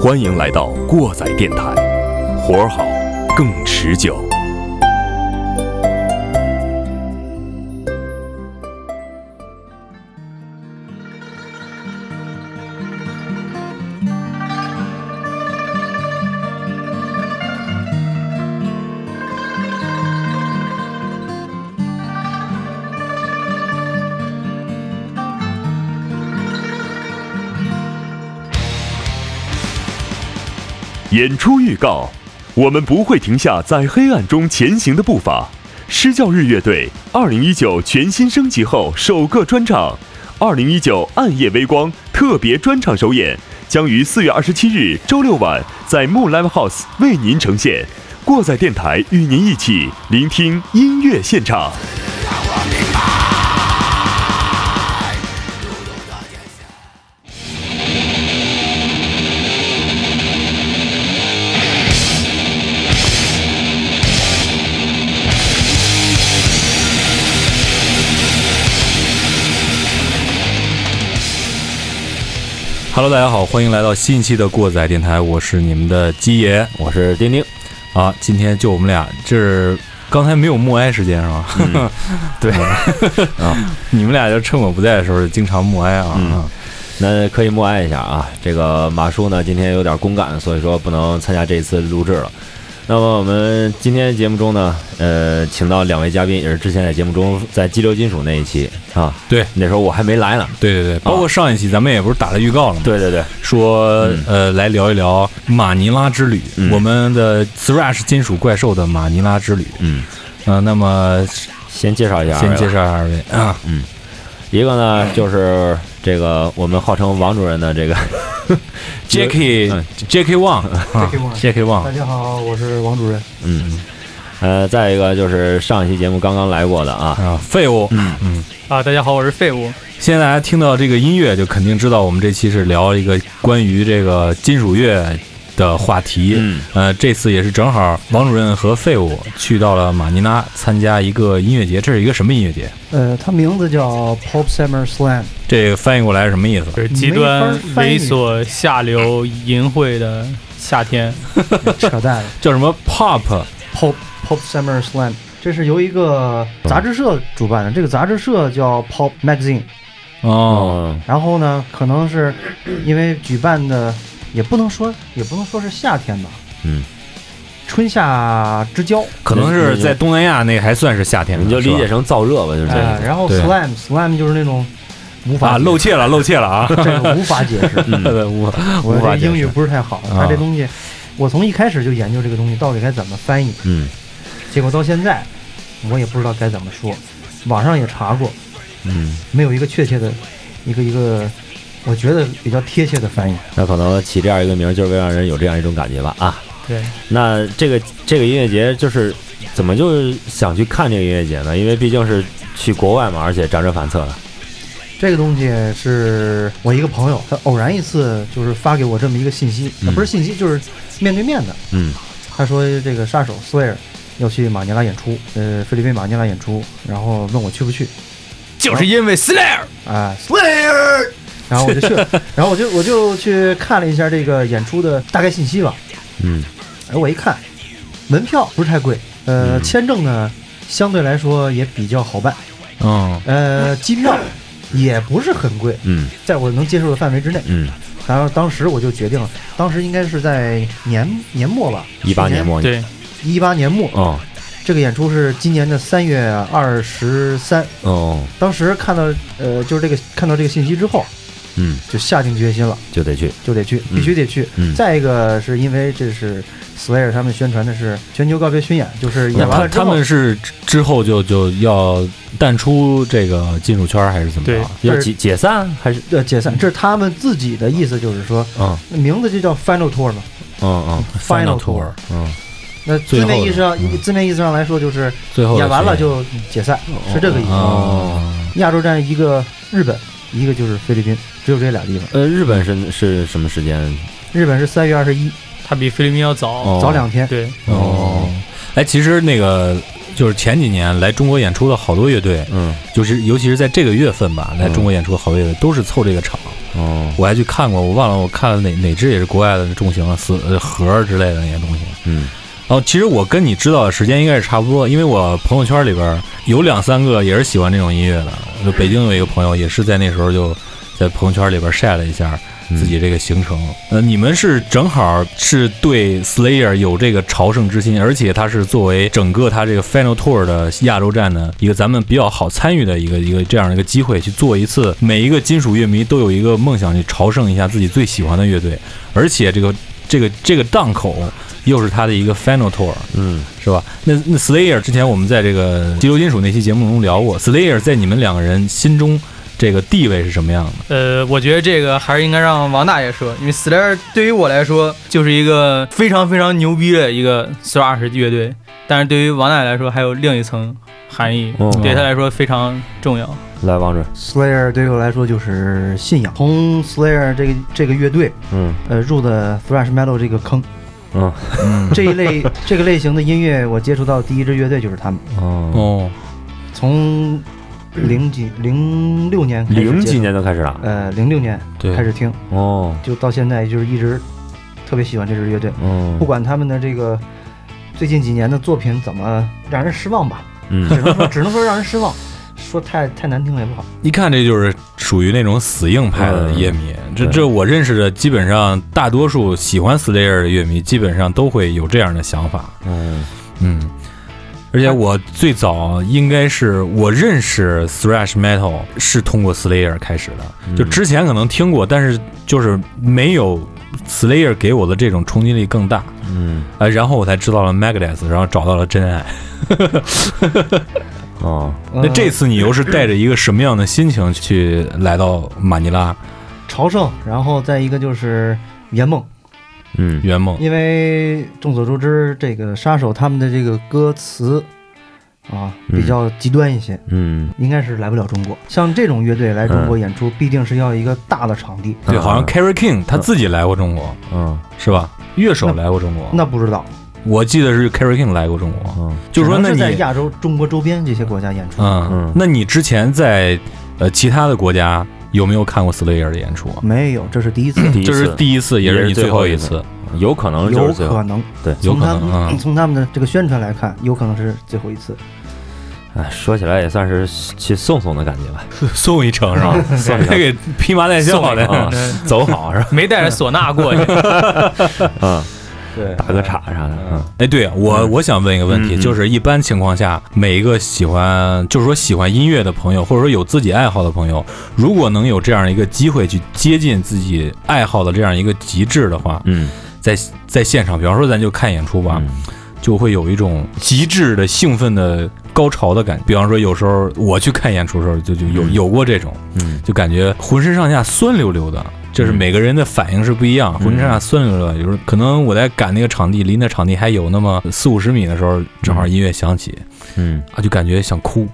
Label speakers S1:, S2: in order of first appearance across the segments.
S1: 欢迎来到过载电台，活儿好，更持久。演出预告：我们不会停下在黑暗中前行的步伐。施教日乐队二零一九全新升级后首个专场，二零一九暗夜微光特别专场首演将于四月二十七日周六晚在 Moon Live House 为您呈现。过载电台与您一起聆听音乐现场。
S2: Hello，大家好，欢迎来到新一期的过载电台，我是你们的鸡爷
S3: 我是丁丁，
S2: 啊，今天就我们俩，这是刚才没有默哀时间是吧？
S3: 嗯
S2: 对， 啊你们俩就趁我不在的时候经常默哀啊，
S3: 嗯
S2: 啊
S3: 那可以默哀一下啊。这个马叔呢，今天有点公干，所以说不能参加这一次录制了。那么我们今天节目中呢，呃，请到两位嘉宾，也是之前在节目中在激流金属那一期啊，
S2: 对
S3: 那时候我还没来呢。
S2: 对对对，包括上一期咱们也不是打了预告了吗？
S3: 啊对对对，
S2: 说呃，来聊一聊马尼拉之旅，
S3: 嗯
S2: 我们的 thrash 金属怪兽的马尼拉之旅。
S3: 嗯，
S2: 呃，那么
S3: 先介绍一嗯下，
S2: 先介，绍二位啊，
S3: 一个呢就是这个我们号称王主任的这个
S2: Jackie
S3: 嗯
S2: Jackie Wang 啊
S4: Jackie Wang
S2: Jackie Wang
S4: 大家好，我是王主任。
S3: 嗯，呃，再一个就是上一期节目刚刚来过的啊，
S2: 啊，废物。
S4: 啊，大家好，我是废物。
S2: 现在大家听到这个音乐，就肯定知道我们这期是聊一个关于这个金属乐的话题。
S3: 嗯
S2: 呃，这次也是正好王主任和废物去到了马尼拉参加一个音乐节，这是一个什么音乐节？
S4: 呃，他名字叫 Pop Summer Slam，
S2: 这个翻译过来是什么意思？
S5: 就是极端、猥琐、下流、淫秽的夏天。
S4: 扯淡了。
S2: 叫什么 Pop
S4: Pop Pop Summer Slam，这是由一个杂志社主办的，这个杂志社叫 Pop Magazine。
S2: 哦，
S3: 嗯
S4: 然后呢，可能是因为举办的，也不能说，也不能说是夏天吧，
S3: 嗯，
S4: 春夏之交。
S2: 可能是在东南亚那个还算是夏天呢，
S3: 你就理解
S2: 是吧
S3: 成燥热吧，就是这
S4: 哎、
S3: 个。
S4: 然后
S2: 对
S4: Slam Slam 就是那种无法
S2: 啊，
S4: 解
S2: 露 怯了，露怯了啊！
S4: 这个无法解 释。
S2: 嗯
S3: 嗯
S2: 我
S4: 我
S2: 无法
S4: 这
S2: 解释
S4: 英语不是太好，
S2: 啊
S4: 他这东西，我从一开始就研究这个东西到底该怎么翻译，
S3: 嗯，
S4: 结果到现在我也不知道该怎么说，网上也查过，
S3: 嗯，
S4: 没有一个确切的一个一个，我觉得比较贴切的翻译。
S3: 那可能起这样一个名儿，就是为了让人有这样一种感觉吧啊。
S5: 对，
S3: 那这个这个音乐节就是怎么就是想去看这个音乐节呢？因为毕竟是去国外嘛，而且辗转反侧的。
S4: 这个东西是我一个朋友，他偶然一次就是发给我这么一个信息，
S3: 嗯
S4: 呃不是信息，就是面对面的。
S3: 嗯
S4: 他说这个杀手斯威尔要去马尼拉演出，呃，菲律宾马尼拉演出，然后问我去不去。
S5: 就是因为 Slayer
S4: 啊，Slayer。然后我 就去，了，然后我就我就去看了一下这个演出的大概信息吧。
S3: 嗯
S4: 哎，我一看，门票不是太贵，呃，
S3: 嗯
S4: 签证呢相对来说也比较好办，
S2: 嗯，
S4: 呃，机票也不是很贵，
S3: 嗯
S4: 在我能接受的范围之内。
S3: 嗯，
S4: 然后当时我就决定了，当时应该是在年年末吧，
S3: 一八年末
S5: 对，
S4: 一八年末，
S3: 哦
S4: 这个演出是今年的三月二十三。
S3: 哦
S4: 当时看到呃，就是这个看到这个信息之后，
S3: 嗯，
S4: 就下定决心了。
S3: 就得去。
S4: 就得去，
S3: 嗯
S4: 必须得去。
S3: 嗯
S4: 再一个是因为这是 Slayer 他们宣传的是全球告别巡演，就是演完
S2: 他
S4: 了之
S2: 他
S4: 后，
S2: 们是之后就就要淡出这个金属圈还是怎么着？
S3: 要解解散还是
S4: 呃解散，
S2: 嗯
S4: 这是他们自己的意思，就是说
S3: 嗯
S4: 名字就叫 Final Tour 嘛。
S3: 嗯嗯
S4: Final
S2: tour，
S3: 嗯
S4: 那
S2: 最
S4: 字
S2: 后的
S4: 面意思上，
S2: 嗯
S4: 字面意思上来说就是
S2: 最后
S4: 演完了
S2: 巡啊
S4: 就解散，是这个意思。
S2: 哦，
S4: 亚洲站一个日本，一个就是菲律宾，只有这俩地方。
S3: 呃，日本是是什么时间？
S4: 日本是三月二十一，
S5: 嗯它比菲律宾要早。
S3: 哦
S4: 早两天。
S5: 对，
S2: 哦，哎，其实那个就是前几年来中国演出的好多乐队，
S3: 嗯，
S2: 就是尤其是在这个月份吧，来中
S4: 嗯
S2: 国演出的好多乐队都是凑这个场。
S3: 哦，
S2: 我还去看过，我忘了我看了哪哪支也是国外的重型啊，死呃盒儿之类的那些东西。
S3: 嗯，
S2: 然后其实我跟你知道的时间应该是差不多，因为我朋友圈里边儿有两三个也是喜欢这种音乐的。就北京有一个朋友也是在那时候就在朋友圈里边晒了一下自己这个行程。嗯呃，你们是正好是对 Slayer 有这个朝圣之心，而且它是作为整个它这个 Final Tour 的亚洲站的一个咱们比较好参与的一个一个这样的一个机会，去做一次每一个金属乐迷都有一个梦想去朝圣一下自己最喜欢的乐队，而且这个这个这个档口。又是他的一个 final tour，
S3: 嗯，
S2: 是吧？那那 Slayer 之前我们在这个激流金属那期节目中聊过，Slayer 在你们两个人心中这个地位是什么样的？
S5: 呃，我觉得这个还是应该让王大爷说，因为 Slayer 对于我来说就是一个非常非常牛逼的一个 thrash 乐队，但是对于王大爷来说还有另一层含义，
S3: 哦
S5: 对他来说非常重要。
S3: 来王志，
S4: Slayer 对于我来说就是信仰，从 Slayer 这个这个乐队，
S3: 嗯
S4: 呃，入的 thrash metal 这个坑，
S3: 嗯，
S4: 这一类这个类型的音乐，我接触到第一支乐队就是他们，
S3: 哦，
S2: 哦，
S4: 从零几零六年开始
S3: 零
S4: 接
S3: 几
S4: 触，
S3: 年就开始了，
S4: 呃，零六年
S2: 对
S4: 开始听，
S3: 哦，
S4: 就到现在就是一直特别喜欢这支乐队，
S3: 嗯，
S4: 不管他们的这个最近几年的作品怎么让人失望吧，
S3: 嗯
S4: 只能说只能说让人失望，说太太难听了也不好。
S2: 一看这就是属于那种死硬派的乐迷。这
S3: 嗯对
S2: 这我认识的基本上大多数喜欢 Slayer 的乐迷，基本上都会有这样的想法。
S3: 嗯
S2: 嗯，而且我最早应该是我认识 thrash metal 是通过 Slayer 开始的，
S3: 嗯
S2: 就之前可能听过，但是就是没有 Slayer 给我的这种冲击力更大。
S3: 嗯，
S2: 呃，然后我才知道了 Megadeth，然后找到了真爱。
S3: 哦，
S2: 那
S4: 呃
S2: 这次你又是带着一个什么样的心情去来到马尼拉
S4: 朝圣，然后再一个就是圆梦，
S3: 嗯
S2: 圆梦？
S4: 因为众所周知，这个杀手他们的这个歌词啊
S3: 嗯
S4: 比较极端一些，
S3: 嗯，
S4: 应该是来不了中国。像这种乐队来中国演出，必定是要一个大的场地。
S2: 对，好像
S3: 嗯
S2: Carrie King 他自己来过中国，
S3: 嗯
S2: 是吧？乐手来过中国，
S4: 那不知道，
S2: 我记得是 Carrie King 来过中国。
S3: 嗯
S2: 就说
S4: 只能
S2: 那
S4: 是
S2: 你
S4: 在亚洲、中国周边这些国家演出。
S2: 嗯
S3: 嗯，
S2: 那你之前在呃其他的国家有没有看过 Slayer 的演出啊？
S4: 没有，这是第一次，
S3: 第一
S2: 这是
S3: 次
S2: 第一次，也是你最后一次，
S3: 有可能就
S4: 有
S3: 是最后
S4: 可，能。
S3: 对
S2: 有
S4: 从
S2: 可
S4: 他
S2: 能啊
S4: 们。从他们的这个宣传来看，有可能是最后一次。
S3: 哎，说起来也算是去送送的感觉吧，
S2: 送一程是吧？
S3: 送一
S2: 还
S3: 程
S2: 给披麻戴孝
S3: 啊送一程
S2: 的
S3: 啊，
S2: 走好是吧？
S5: 没带着唢呐过去，
S3: 嗯，
S4: 对，
S3: 打个岔啥的，嗯
S2: 哎，对我我想问一个问题，
S3: 嗯嗯
S2: 就是一般情况下，每一个喜欢就是说喜欢音乐的朋友，或者说有自己爱好的朋友，如果能有这样一个机会去接近自己爱好的这样一个极致的话，
S3: 嗯，
S2: 在在现场，比方说咱就看演出吧，
S3: 嗯
S2: 就会有一种极致的兴奋的高潮的感觉。比方说，有时候我去看演出的时候，就就有
S3: 嗯
S2: 有过这种，
S3: 嗯
S2: 就感觉浑身上下酸溜溜的。就是
S3: 嗯
S2: 每个人的反应是不一样，浑身上下酸溜溜的。有时候可能我在赶那个场地，离那场地还有那么四五十米的时候，正好音乐响起
S3: 嗯
S2: 啊，就感觉想哭，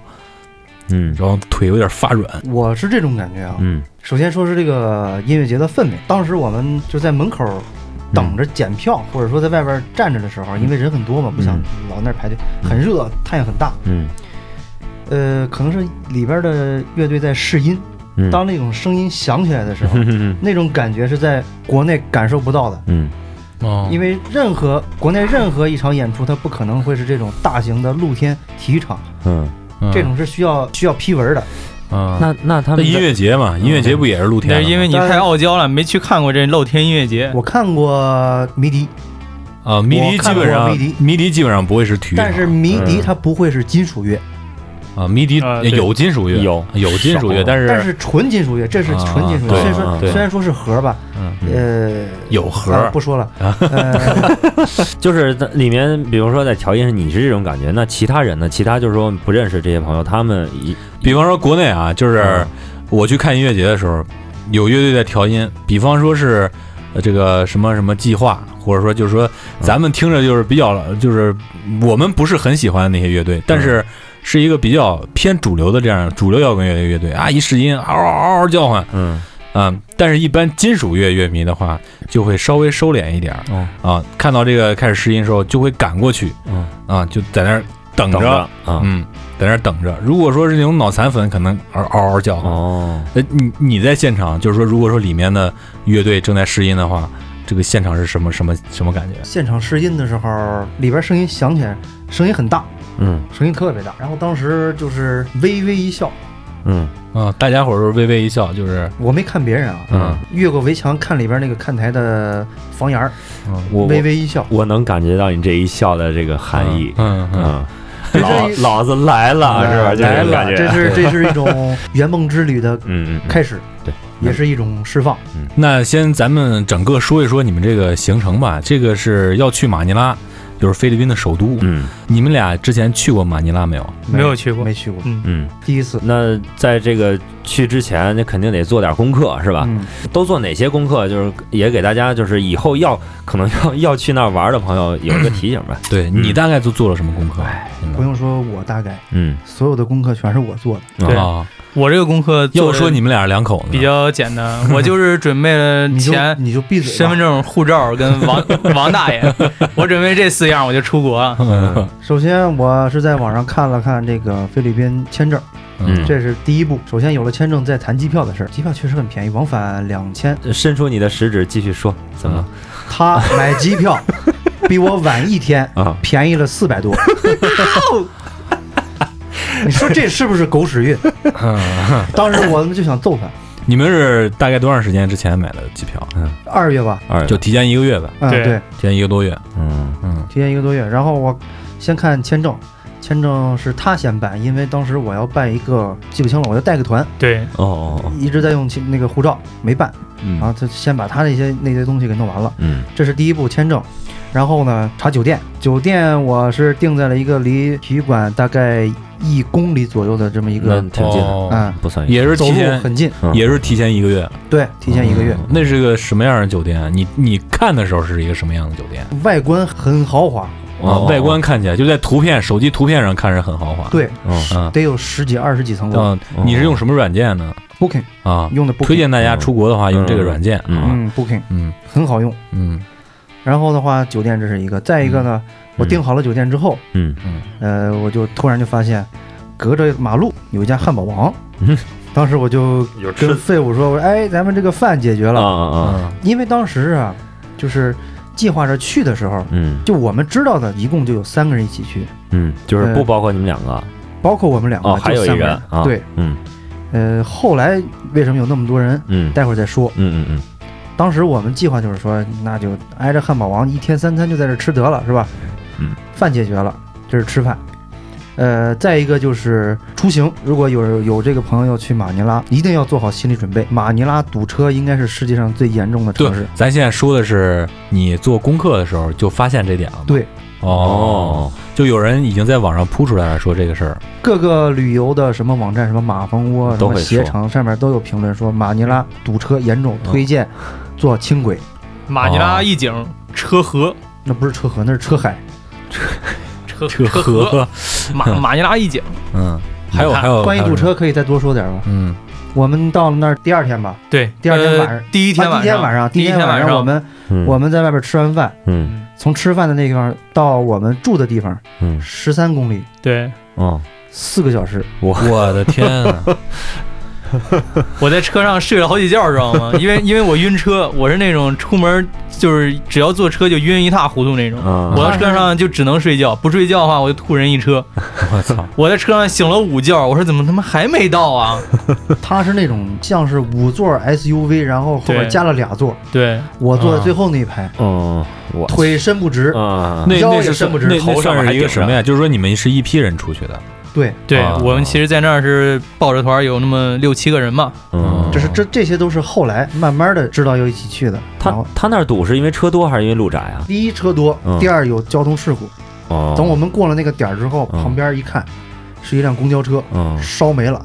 S3: 嗯
S2: 然后腿有点发软。
S4: 我是这种感觉啊。
S3: 嗯
S4: 首先说是这个音乐节的氛围，当时我们就在门口等着检票，或者说在外边站着的时候，因为人很多嘛，不想
S3: 嗯
S4: 老那儿排队，很热，太阳很大。
S3: 嗯
S4: 呃，可能是里边的乐队在试音，
S3: 嗯，
S4: 当那种声音响起来的时候，
S3: 嗯
S4: 那种感觉是在国内感受不到的。
S3: 嗯
S2: 哦
S4: 因为任何国内任何一场演出，它不可能会是这种大型的露天体育场，
S3: 嗯，
S4: 这种是需要需要批文的。
S2: 啊，
S3: 那那他
S2: 那
S3: 们
S2: 音乐节嘛，音乐节不也是露天
S5: 那
S2: 的
S5: 是
S2: 吗？
S5: 因为你太傲娇了，没去看过这露天音乐节。
S4: 我看过迷笛，
S2: 啊，迷笛基本
S4: 我看过
S2: 上
S4: 迷笛
S2: 迷笛基本上不会是体育场，
S4: 但是迷笛
S3: 嗯
S4: 它不会是金属乐，
S2: 啊，迷笛
S5: 啊对
S2: 有金属乐，
S3: 有
S2: 有金属乐，
S3: 少
S2: 但是
S4: 但是纯金属乐，这是纯金属乐。
S2: 啊
S4: 虽然
S3: 啊
S4: 说
S3: 对
S4: 虽然说是盒吧，
S2: 嗯
S4: 呃，
S2: 有盒
S4: 啊不说了，呃，
S3: 就是在里面，比如说在调音是你是这种感觉，那其他人呢？其他就是说不认识这些朋友，他们一
S2: 比方说国内啊，就是
S3: 嗯
S2: 我去看音乐节的时候，有乐队在调音，比方说是呃这个什么什么计划，或者说就是说咱们听着就是比较就是我们不是很喜欢那些乐队，但是是一个比较偏主流的这样主流摇滚乐的乐队啊，一试音嗷嗷嗷嗷叫唤，
S3: 嗯
S2: 嗯，但是，一般金属乐乐迷的话，就会稍微收敛一点儿、
S3: 哦
S2: 啊。看到这个开始试音的时候，就会赶过去，
S3: 嗯
S2: 啊，就在那儿等着，
S3: 等着啊
S2: 嗯，在那儿等着。如果说是那种脑残粉，可能嗷嗷嗷叫。
S3: 哦
S2: 呃，你你在现场，就是说，如果说里面的乐队正在试音的话，这个现场是什么什么什么感觉？
S4: 现场试音的时候，里边声音响起来，声音很大，
S3: 嗯
S4: 声音特别大。然后当时就是微微一笑，
S3: 嗯
S2: 啊，大家伙儿都是微微一笑，就是
S4: 我没看别人啊，
S3: 嗯，
S4: 越过围墙看里边那个看台的房檐儿，
S2: 嗯
S3: 我
S4: 微微一笑。
S3: 我我能感觉到你这一笑的这个含义，
S2: 嗯嗯
S3: 嗯，老老子来了是吧？就
S4: 来
S3: 这种
S4: 了，
S3: 感
S4: 哎这
S3: 觉，
S4: 是这是一 种圆梦之旅的
S3: 嗯嗯嗯，
S4: 开始，
S3: 对，
S4: 也是一种释放。
S2: 那先咱们整个说一说你们这个行程吧。这个是要去马尼拉，就是菲律宾的首都。
S3: 嗯
S2: 你们俩之前去过马尼拉没有？
S5: 没有去过
S4: 没去过，
S3: 嗯。
S4: 第一次。
S3: 那在这个去之前，那肯定得做点功课是吧？
S4: 嗯，
S3: 都做哪些功课？就是也给大家，就是以后要可能要要去那儿玩的朋友有一个提醒 吧。
S2: 对你大概都做了什么功课？
S4: 不用说，我大概
S3: 嗯，
S4: 所有的功课全是我做的。
S5: 对
S2: 啊，
S5: 我这个功课做
S2: 要
S5: 得
S2: 说你们俩是两口子，
S5: 比较简单，我就是准备了
S4: 你就
S5: 钱、
S4: 你就闭嘴吧。
S5: 身份证、护照跟王王大爷，我准备这四样我就出国了。
S2: 嗯
S4: 首先，我是在网上看了看这个菲律宾签证，
S2: 嗯
S4: 这是第一步。首先有了签证，再谈机票的事儿。机票确实很便宜，往返两千。
S3: 嗯伸出你的食指，继续说，怎么
S4: 他买机 票比我晚一天，
S3: 啊？
S4: 便宜了四百多。你说这是不是狗屎 运？
S5: 嗯
S4: 当时我们就想揍他。
S2: 你们是大概多长时间之前买的机票？
S4: 二月吧，
S3: 嗯二
S2: 就提前一个月呗，
S4: 嗯，
S5: 对
S4: 对，
S2: 提前一个多月。
S3: 嗯
S2: 嗯
S4: 提前一个多月。然后我先看签证，签证是他先办，因为当时我要办一个记不清了，我要带个团，
S5: 对，
S3: 哦哦
S4: 一直在用其那个护照没办，然后
S3: 嗯
S4: 他先把他那些那些东西给弄完了，
S3: 嗯
S4: 这是第一步签证。然后呢，查酒店，酒店我是定在了一个离体育馆大概一公里左右的这么一
S3: 那
S4: 个，
S3: 挺近的，嗯
S2: 哦，
S4: 嗯，
S3: 不算
S2: 也是
S4: 走
S2: 提
S4: 路
S2: 前，
S4: 很近，
S2: 也是提前一个月，
S4: 对，提前一个
S3: 哦
S4: 月。
S2: 嗯那是个什么样的酒店啊？你你看的时候是一个什么样的酒店？
S4: 外观很豪华，
S2: 啊，
S3: 哦
S2: 外观看起来就在图片、手机图片上看着很豪华。，
S4: 对，
S3: 哦
S2: 嗯，
S4: 得有十几二十几层楼。
S2: 嗯，你是用什么软件呢？
S4: Booking
S2: 啊，
S4: 用的 Booking，
S2: 推荐大
S3: 嗯
S2: 家出国的话用这个软件啊。
S4: 嗯，Booking
S2: 嗯
S4: 很好用。
S2: 嗯
S4: 然后的话，酒店这是一个，再一个呢，我订好了酒店之后，
S3: 嗯
S4: 呃，我就突然就发现，隔着马路有一家汉堡王，
S3: 嗯
S4: 当时我就
S3: 有吃
S4: 跟废物说，我说，哎，咱们这个饭解决
S3: 啊
S4: 了，
S3: 啊啊
S2: 嗯
S4: 因为当时啊，就是计划着去的时候，
S3: 嗯
S4: 就我们知道的，一共就有三个人一起去，
S3: 嗯，就是不包括你们两个
S4: 包括我们两个，
S3: 哦，还
S4: 就
S3: 有一
S4: 三个
S3: 人
S4: 人，
S3: 啊，
S4: 对，
S3: 嗯
S4: 呃，后来为什么有那么多人，
S3: 嗯
S4: 待会儿再说。
S3: 嗯嗯
S4: 当时我们计划就是说，那就挨着汉堡王一天三餐就在这吃得了，是吧？
S3: 嗯，
S4: 饭解决了，这是吃饭。呃，再一个就是出行，如果有有这个朋友去马尼拉，一定要做好心理准备。马尼拉堵车应该是世界上最严重的
S2: 对
S4: 城市，，
S2: 咱现在说的是你做功课的时候就发现这点了嘛。
S4: 对
S2: 哦，就有人已经在网上铺出来了，说这个事儿。
S4: 各个旅游的什么网站，什么马蜂窝、什
S3: 都会
S4: 么携程上面都有评论说马尼拉堵车严重，推荐坐轻轨。
S5: 马尼拉一景车河，
S4: 那不是车河，那是车海。
S5: 车
S2: 这
S5: 车河，，马马尼拉一景，
S2: 嗯， 还有
S5: 你看
S2: 还有
S4: 关于堵，
S2: 还有
S4: 车可以再多说点吗？
S2: 嗯
S4: 我们到了那儿第二天吧，
S5: 对，
S4: 第二天晚上
S5: 呃第一天
S4: 啊
S5: 晚
S4: 第一天
S5: 上，
S4: 晚上，第
S5: 第
S4: 一
S5: 一天
S4: 天晚
S5: 晚
S4: 上
S5: 上
S4: 我们
S3: 嗯，
S4: 我们在外边吃完饭，
S3: 嗯
S4: 从吃饭的那地方到我们住的地方
S3: 嗯
S4: 十三公里，
S5: 对，
S3: 哦
S4: 四个小时。
S2: 我的天啊！
S5: 我在车上睡了好几觉，知 道吗？因为因为我晕车，我是那种出门就是只要坐车就晕一塌糊涂那种。
S3: 啊
S5: 我到车上就只能睡觉，不睡觉的话我就吐人一车。
S2: 我操，
S5: 我在车上醒了午觉，我说怎么他妈还没到啊？
S3: 嗯
S4: 它是那种像是五座 SUV，然后后边
S5: 对
S4: 加了俩座，
S5: 对，
S4: 我坐在最后那一排，
S3: 嗯我
S4: 腿伸不直。
S3: 啊
S2: 那
S4: 腰
S2: 那
S4: 也
S2: 是
S4: 伸不直
S2: 那
S4: 头
S2: 那
S3: 上
S2: 算
S3: 面
S2: 是
S3: 还
S2: 一个
S3: 顶
S2: 什么
S3: 着
S2: 呀？就是说你们是一批人出去的，
S4: 对，
S5: 对、
S2: 啊
S5: 我们其实在那儿是抱着团儿有那么六七个人吧。
S3: 嗯
S4: 这是这这些都是后来慢慢的知道要一起去的。然
S3: 他
S4: 后
S3: 他那儿堵是因为车多还是因为路窄啊？
S4: 第一车多
S3: 嗯，
S4: 第二有交通事故。
S3: 哦，
S4: 等我们过了那个点儿之后，
S3: 嗯
S4: 旁边一看，是一辆公交车
S3: 嗯，
S4: 烧没了，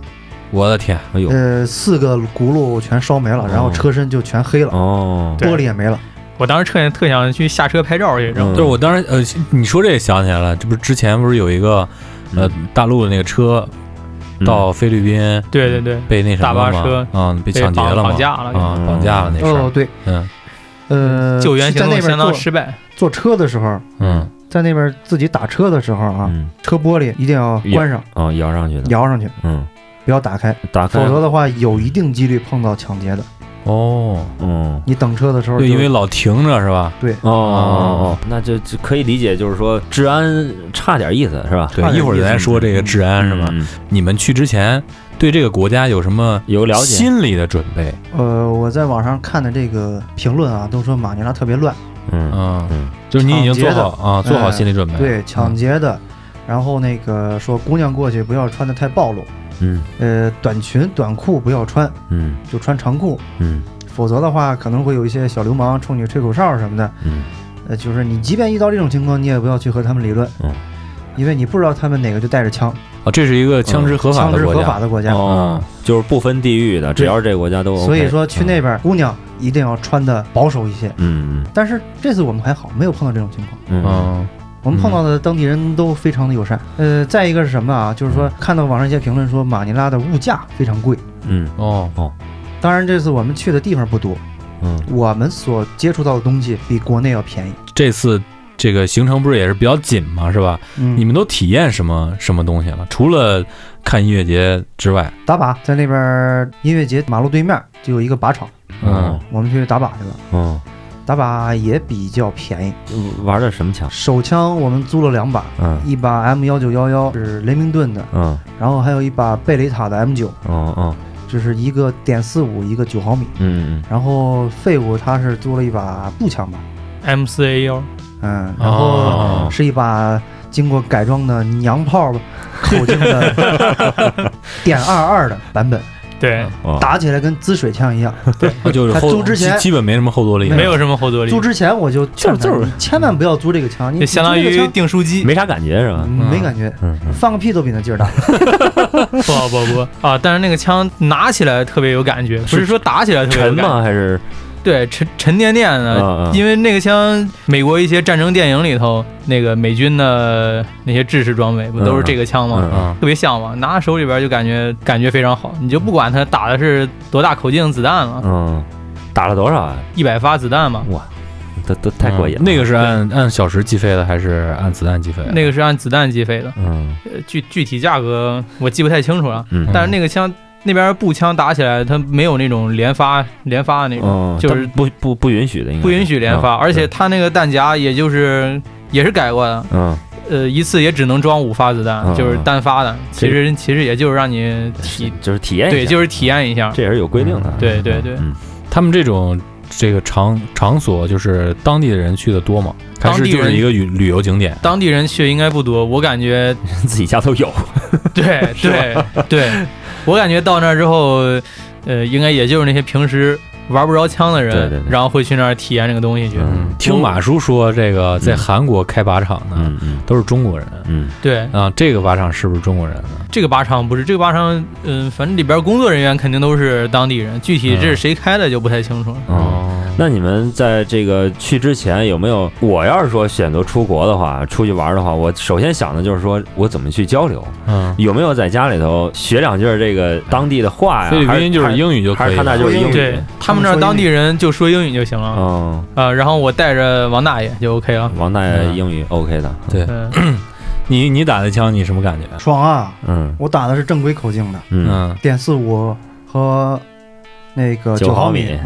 S2: 我的天，
S3: 哎呦
S4: 呃，四个轱辘全烧没了，然后
S3: 哦
S4: 车身就全黑了，
S3: 哦，
S5: 对
S4: 玻璃也没了。
S5: 我当时特想特
S2: 嗯
S5: 想去下车拍照去，知道吗？
S2: 就是我当时呃，你说这也想起来了，这不是之前不是有一个呃，大陆的那个车
S3: 嗯
S4: 啊
S2: 到菲律宾
S5: 对对对，
S2: 被那什么
S5: 大巴
S2: 嘛
S5: 车
S2: 嗯，被
S5: 被
S2: 抢劫
S5: 绑
S2: 了嘛，
S5: 绑架了
S2: 啊，
S3: 嗯
S2: 绑架了那事
S4: 哦
S2: 儿，，
S4: 对，
S2: 嗯
S4: 呃，
S5: 嗯救援行
S4: 在那
S5: 动
S4: 边
S5: 相
S4: 坐
S5: 当失败，
S4: 坐车的时候，
S2: 嗯，
S4: 在那边自己打车的时候啊，
S3: 嗯，
S4: 车玻璃一定要关上，
S3: 哦，摇上去的，
S4: 摇上去，
S3: 嗯，
S4: 不要打开，
S3: 打开
S4: 否，则的话有一定几率碰到抢劫的。
S2: 哦，
S3: 嗯，
S4: 你等车的时候就，
S2: 对，因为老停着是吧？
S3: 哦哦哦，那就就可以理解，就是说治安差点意思是吧？
S2: 对，一会儿咱说这个治安是吧？
S3: 嗯？
S2: 你们去之前对这个国家有什么
S3: 有了解，
S2: 心理的准备？
S4: 呃，我在网上看的这个评论啊，都说马尼拉特别乱，
S3: 嗯
S2: 嗯，
S3: 嗯
S2: 就是你已经做
S4: 抢劫的哎
S2: 好啊，做好心理准备。
S4: 对，抢劫的，然后那个说姑娘过去不要穿的太暴露，
S3: 嗯
S4: 呃，短裙短裤不要穿，
S3: 嗯
S4: 就穿长裤，
S3: 嗯
S4: 否则的话可能会有一些小流氓冲你吹口哨什么的。
S3: 嗯，
S4: 呃，就是你即便遇到这种情况，你也不要去和他们理论，
S3: 嗯，
S4: 因为你不知道他们哪个就带着枪，
S2: 啊，这是一个枪支合法
S4: 嗯枪
S2: 的
S4: 支
S2: 国
S4: 合法
S2: 家。
S4: 的国家，
S3: 哦，就是不分地域的，只要是这个国家都 OK。
S4: 所以
S2: 嗯
S4: 说去那边、姑娘一定要穿的保守一些。
S3: 嗯，
S4: 但是这次我们还好，没有碰到这种情况。
S3: 嗯嗯
S2: 嗯
S4: 我们碰到的当地人都非常的友善。呃，再一个是什么啊？就是说
S2: 嗯
S4: 看到网上一些评论说马尼拉的物价非常贵。
S3: 嗯
S2: 哦
S4: 当然，这次我们去的地方不多，
S3: 嗯
S4: 我们所接触到的东西比国内要便宜。
S2: 这次这个行程不是也是比较紧嘛，是吧？
S4: 嗯
S2: 你们都体验什么什么东西了？除了看音乐节之 外，
S4: 打靶在那边音乐节马路对面就有一个靶场，
S2: 嗯
S3: 嗯
S4: 我们去打靶去了。
S3: 嗯
S4: 打靶也比较便宜，
S3: 嗯，玩的什么枪？
S4: 手枪我们租了两把，
S3: 嗯
S4: 一把 M 幺九幺幺是雷明顿的，
S3: 嗯
S4: 然后还有一把贝雷塔的 M 九，
S3: 哦哦
S4: 就是一个点四五，一个九毫米。
S3: 嗯
S4: 然后废物他是租了一把步枪吧，
S5: M 四 A 幺，
S4: 嗯，然后
S2: 哦
S4: 是一把经过改装的娘炮口径的点二二的版本，
S5: 对，
S3: 哦，
S4: 打起来跟滋水枪一样。
S2: 啊就是
S4: 他
S2: 后
S4: 租之前
S2: 基基本没什么后坐力，
S5: 没有什么后坐力
S4: 租，之前我就劝他，
S3: 就是
S4: 你千万不要租这个枪，你
S5: 就相当
S4: 你租这
S5: 于
S4: 个
S5: 订书机。
S3: 没啥感觉是吧
S4: 枪？没感觉，
S3: 嗯嗯
S4: 放个屁都比那劲儿大。
S5: 不不不啊！但是那个枪拿起来特别有感觉，不是说打起来特别有
S3: 沉
S5: 感觉，
S3: 吗？还是
S5: 对，沉沉甸甸
S2: 啊
S5: 的。
S3: 嗯
S5: 因为那个枪，美国一些战争电影里头，那个美军的那些制式装备不都是这个枪吗？
S3: 嗯
S2: 啊
S5: 特别像嘛，拿手里边就感觉感觉非常好，你就不管它打的是多大口径子弹了，
S3: 嗯，打了多少啊？
S5: 一百发子弹嘛，
S3: 哇，都都太过瘾了。
S2: 嗯那个是按按小时计费的还是按子弹计费的？
S5: 那个是按子弹计费的，
S3: 嗯
S5: 呃具具体价格我记不太清楚了，
S3: 嗯
S5: 但是那个枪那边步枪打起来，它没有那种连发连发的那种，
S3: 嗯，
S5: 就是
S3: 不不不允许的，应该
S5: 不允许连发，
S3: 嗯
S5: 而且它那个弹夹也就是也是改过的，
S3: 嗯
S5: 呃，一次也只能装五发子弹，
S3: 嗯
S5: 就是单发的，
S3: 这
S5: 其
S3: 个
S5: 实其实也就是让你体
S3: 嗯就是体验一下
S5: 对，就是体验一下，
S3: 这也是有规定的。
S5: 对对对
S3: 嗯
S2: 他们这种这个场场所，就是当地的人去的多吗？还
S5: 当
S2: 是
S5: 地
S2: 就是
S5: 人
S2: 一个旅旅游景点？
S5: 当地人去应该不多，我感觉
S3: 自己家都有。
S5: 对对对，我感觉到那儿之后，呃，应该也就是那些平时玩不着枪的人，
S3: 对对对
S5: 然后会去那儿体验这个东西去。
S3: 嗯
S2: 听马叔说，这个在韩国开靶场的、
S3: 嗯嗯
S2: 都是中国人
S3: 嗯
S5: 对，
S2: 啊，这个靶场是不是中国人呢？
S5: 这个靶场不是这个靶场，嗯、反正里边工作人员肯定都是当地人，具体这是谁开的就不太清楚了。
S3: 嗯。那你们在这个去之前有没有？我要是说选择出国的话，出去玩的话，我首先想的就是说我怎么去交流，
S2: 嗯，
S3: 有没有在家里头学两句这个当地的话呀？
S2: 菲律
S3: 还
S2: 宾就是
S3: 还
S2: 英语就
S3: 还
S2: 可
S3: 是
S2: 以
S3: 他那
S2: 了。
S3: 就是英语。
S5: 对他们那儿当地人就说英语就行了，
S3: 嗯，
S5: 呃，然后我带着王大爷就 OK 了。
S3: 王大爷英语 OK 的。
S2: 对
S5: 嗯，
S2: 你你打的枪，你什么感觉？
S4: 爽啊！
S3: 嗯
S4: 我打的是正规口径的
S3: 嗯
S2: 嗯，
S4: 点四五和那个
S3: 9
S4: 九
S3: 毫米
S4: 米，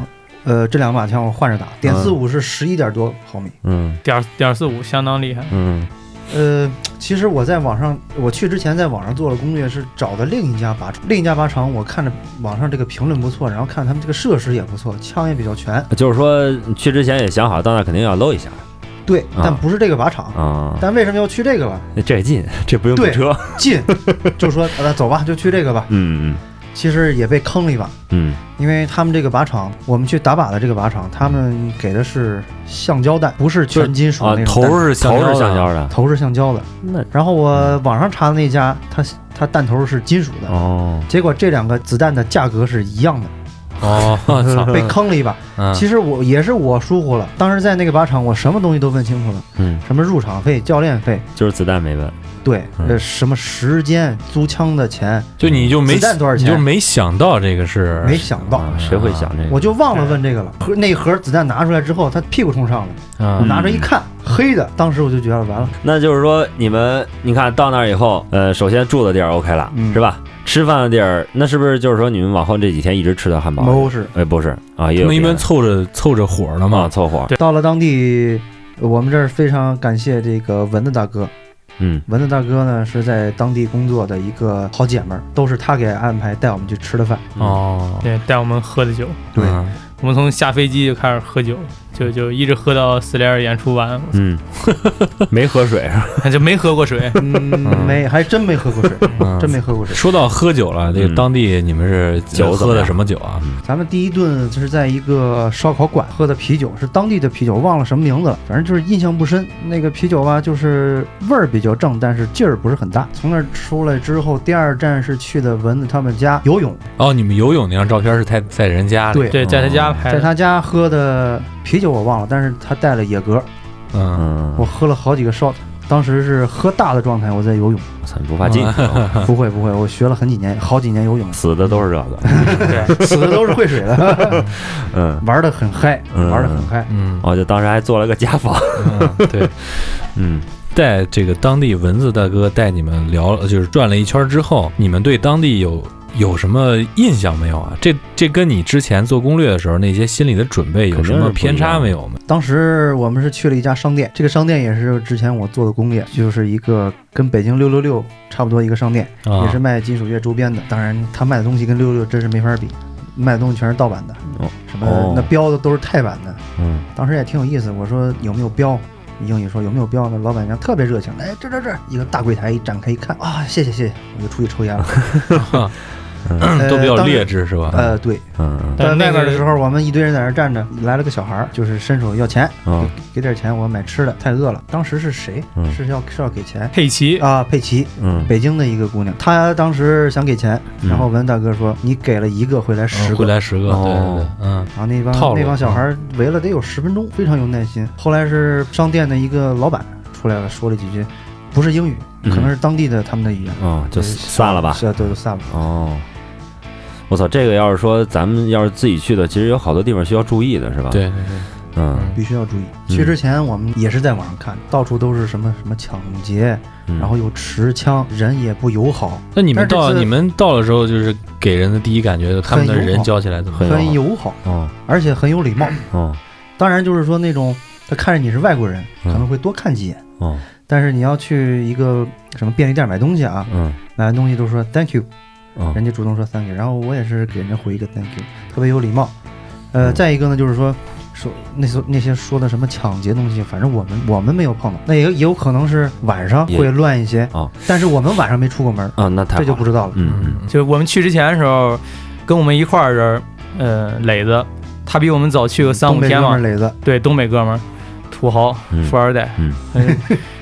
S4: 呃，这两把枪我换着打。点四五是十一点多毫米。
S3: 嗯
S5: 点儿点儿四五相当厉害。
S3: 嗯
S4: 呃，其实我在网上，我去之前在网上做了攻略，是找的另一家靶场。另一家靶场，我看着网上这个评论不错，然后看他们这个设施也不错，枪也比较全。
S3: 就是说你去之前也想好，到那肯定要搂一下
S4: 对，但
S3: 啊
S4: 不是这个靶场。
S3: 啊。
S4: 但为什么要去这个吧？
S3: 这近， 这不用堵
S4: 对
S3: 车。
S4: 近， 就说呃走吧，就去这个吧。
S3: 嗯
S4: 其实也被坑了一把，
S3: 嗯
S4: 因为他们这个靶场，我们去打靶的这个靶场，他们给的是橡胶弹，不是全金属
S3: 啊
S4: 那种弹。
S2: 头是
S3: 嗯，头
S2: 胶
S3: 是
S2: 的
S3: 橡胶的。
S4: 头是橡胶的。
S3: 那
S4: 然后我网上查的那家，它它弹头是金属的。
S3: 哦，
S4: 结果这两个子弹的价格是一样的，
S2: 哦，操，
S4: 被坑了一把。
S2: 嗯，
S4: 其实我也是我疏忽了，当时在那个靶场，我什么东西都问清楚了，
S3: 嗯，
S4: 什么入场费、教练费，
S3: 就是子弹没问，
S4: 对，
S3: 嗯
S4: 呃，什么时间、租枪的钱，
S2: 就你就没
S4: 子弹多少钱
S2: 你就没想到这个嗯是
S4: 没想到，
S3: 啊谁会想这个？
S4: 我就忘了问这个了。盒那盒子弹拿出来之后，他屁股冲上了，我
S2: 啊
S3: 嗯
S4: 拿着一看，黑的，当时我就觉得完了，
S3: 那就是说，你们你看到那儿以后，呃，首先住的地儿 OK 了，
S4: 嗯
S3: 是吧？吃饭的地儿，那是不是就是说你们往后这几天一直吃的汉堡？
S4: 谋是
S3: 哎，不是啊，也
S2: 他
S3: 有
S2: 们一
S3: 别
S2: 般
S3: 的
S2: 凑着凑着火了
S3: 啊
S2: 嘛，
S3: 凑合，
S4: 到了当地，我们这儿非常感谢这个蚊子大哥。
S3: 嗯
S4: 蚊子大哥呢是在当地工作的一个好姐们儿，都是他给安排带我们去吃的饭。
S2: 哦，
S5: 对，带我们喝的酒，
S4: 对
S2: 嗯
S5: 我们从下飞机就开始喝酒，就就一直喝到斯莱尔演出完，
S3: 嗯， 没喝水是吧？
S5: 就没喝过水。
S4: 嗯，没，还真没喝过水，
S2: 嗯
S4: 真没喝过水。
S2: 说到喝酒了，这
S3: 嗯
S2: 个当地你们是呃
S3: 酒怎
S2: 喝
S3: 么
S2: 的
S3: 样嗯
S2: 什么酒啊？
S4: 咱们第一顿就是在一个烧烤馆喝的啤酒，是当地的啤酒，忘了什么名字了，反正就是印象不深。那个啤酒吧就是味儿比较正，但是劲儿不是很大。从那儿出来之后，第二站是去的蚊子他们家游泳，
S2: 哦，你们游泳那张照片是在在人家里，
S4: 对
S5: 对，在他家
S3: 哎
S5: 拍
S4: 在
S5: 的，
S4: 他家喝的啤酒我忘了，但是他带了野格，
S2: 嗯，
S3: 嗯，
S4: 我喝了好几个 shot。当时是喝大的状态，我在 游泳，
S3: 我操，你不怕进去 吗？，
S4: 不会不会，我学了很几年，好几年游泳
S3: 死的都是这个，
S5: 对，
S4: 死的都是会水的，
S3: 嗯，
S4: 玩的很嗨，
S3: 嗯
S4: 玩的很嗨。
S2: 嗯，
S3: 我就当时还做了个家访，
S2: 嗯对，
S3: 嗯
S2: 在这个当地蚊子大哥带你们聊，就是转了一圈之后，你们对当地有有什么印象没有啊？这这跟你之前做攻略的时候那些心理的准备有什
S3: 肯定是
S2: 么
S3: 不一
S2: 偏
S3: 样
S2: 差没有吗？
S4: 当时我们是去了一家商店，这个商店也是之前我做的攻略，就是一个跟北京六六六差不多一个商店，
S2: 啊
S4: 也是卖金属乐周边的。当然，他卖的东西跟六六六真是没法比，卖的东西全是盗版的，
S3: 哦
S4: 什么
S3: 哦
S4: 那标的都是泰版的。
S3: 嗯，
S4: 当时也挺有意思，我说有没有标？英语说有没有标呢？老板娘特别热情，来这这这一个大柜台一展开一看啊，谢谢谢谢，我就出去抽 烟了。呃
S2: 都比较
S4: 当时
S2: 劣质是吧？
S4: 呃，对，
S3: 嗯
S5: 但
S4: 在外
S5: 是那个
S4: 边的时候，我们一堆人在那儿站着，来了个小孩儿，就是伸手要钱，
S3: 嗯啊
S4: 给点钱，我买吃的，太饿了。当时是谁？
S3: 嗯
S4: 是要是要给钱
S5: 佩奇，
S4: 啊？佩奇，
S3: 嗯，
S4: 北京的一个姑娘，她当时想给钱，
S3: 嗯
S4: 然后文大哥说：“你给了一个，会来
S2: 嗯
S4: 十个。
S2: 会来十个，对对对
S3: 哦，
S2: 嗯，
S4: 然后那
S2: 套
S4: 帮
S2: 路
S4: 那帮小孩儿围了得有十分钟，非常有耐心。后来是商店的一个老板出来了，说了几句，不是英语，
S3: 嗯
S4: 可能是当地的他们的语言，
S3: 哦，就散了吧。
S4: 是啊，对，就散了。
S3: 哦，我操，这个要是说咱们要是自己去的，其实有好多地方需要注意的，是吧？，
S2: 对，
S3: 嗯，
S4: 必须要注意。
S3: 嗯
S4: 去之前我们也是在网上看，到处都是什么什么抢劫，
S3: 嗯
S4: 然后有持枪，人也不友好，
S2: 那你们
S4: 但是
S2: 到
S4: 这次
S2: 你们到了之后，就是给人的第一感觉，他们的
S4: 很友
S2: 人
S4: 好
S2: 教起来怎么样？
S4: 很友好，
S3: 哦
S4: 而且很有礼 貌。
S3: 哦
S4: 当然就是说那种他看着你是外国人，
S3: 嗯
S4: 可能会多看几眼。
S3: 哦，
S4: 但是你要去一个什么便利店买东西啊，
S3: 嗯
S4: 买完东西都说 thank you，
S3: 哦，
S4: 人家主动说 thank you，然后我也是给人家回一个 thank you，特别有礼貌。呃，再一个呢，就是说说那些那些说的什么抢劫东西，反正我们我们没有碰到，那也有也有可能是晚上
S3: 也
S4: 会乱一些
S3: 哦，
S4: 但是我们晚上没出过门，
S3: 啊，那太好了
S4: 这就不知道了。
S3: 嗯
S5: 就是我们去之前的时候，跟我们一块儿的人，呃，磊子，他比我们早去个三
S4: 东
S5: 五
S4: 北哥
S5: 天
S4: 们
S5: 嘛
S4: 儿，磊子，
S5: 对，东北哥们儿，土豪
S3: 嗯
S5: 富二代，
S3: 嗯
S5: 嗯，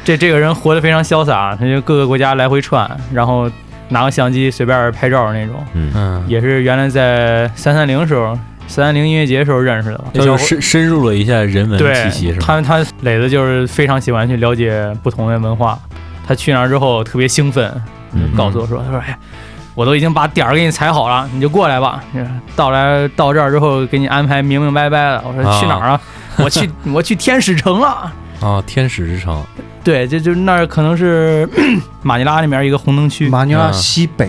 S5: 这这个人活得非常潇洒，他就各个国家来回窜，然后拿个相机随便拍照那种，
S3: 嗯
S2: 嗯，
S5: 也是原来在三三零时候，三三零音乐节时候认识的。那
S2: 就
S5: 小
S2: 是
S5: 伙
S2: 深深入了一下人文
S5: 对
S2: 气息，是吧？
S5: 他他磊子就是非常喜欢去了解不同的文化，他去那儿之后特别兴奋，
S3: 嗯
S5: 告诉我说：“他说，哎，我都已经把点儿给你踩好了，你就过来吧。到来到这儿之后，给你安排明明白白的。”我说：“
S2: 啊
S5: 去哪 儿啊？我去，我去天使城了。
S2: 哦，天使之城，”
S5: 对，这就是那儿可能是 马尼拉那边一个红灯区。
S4: 马尼拉
S2: 嗯
S4: 西北，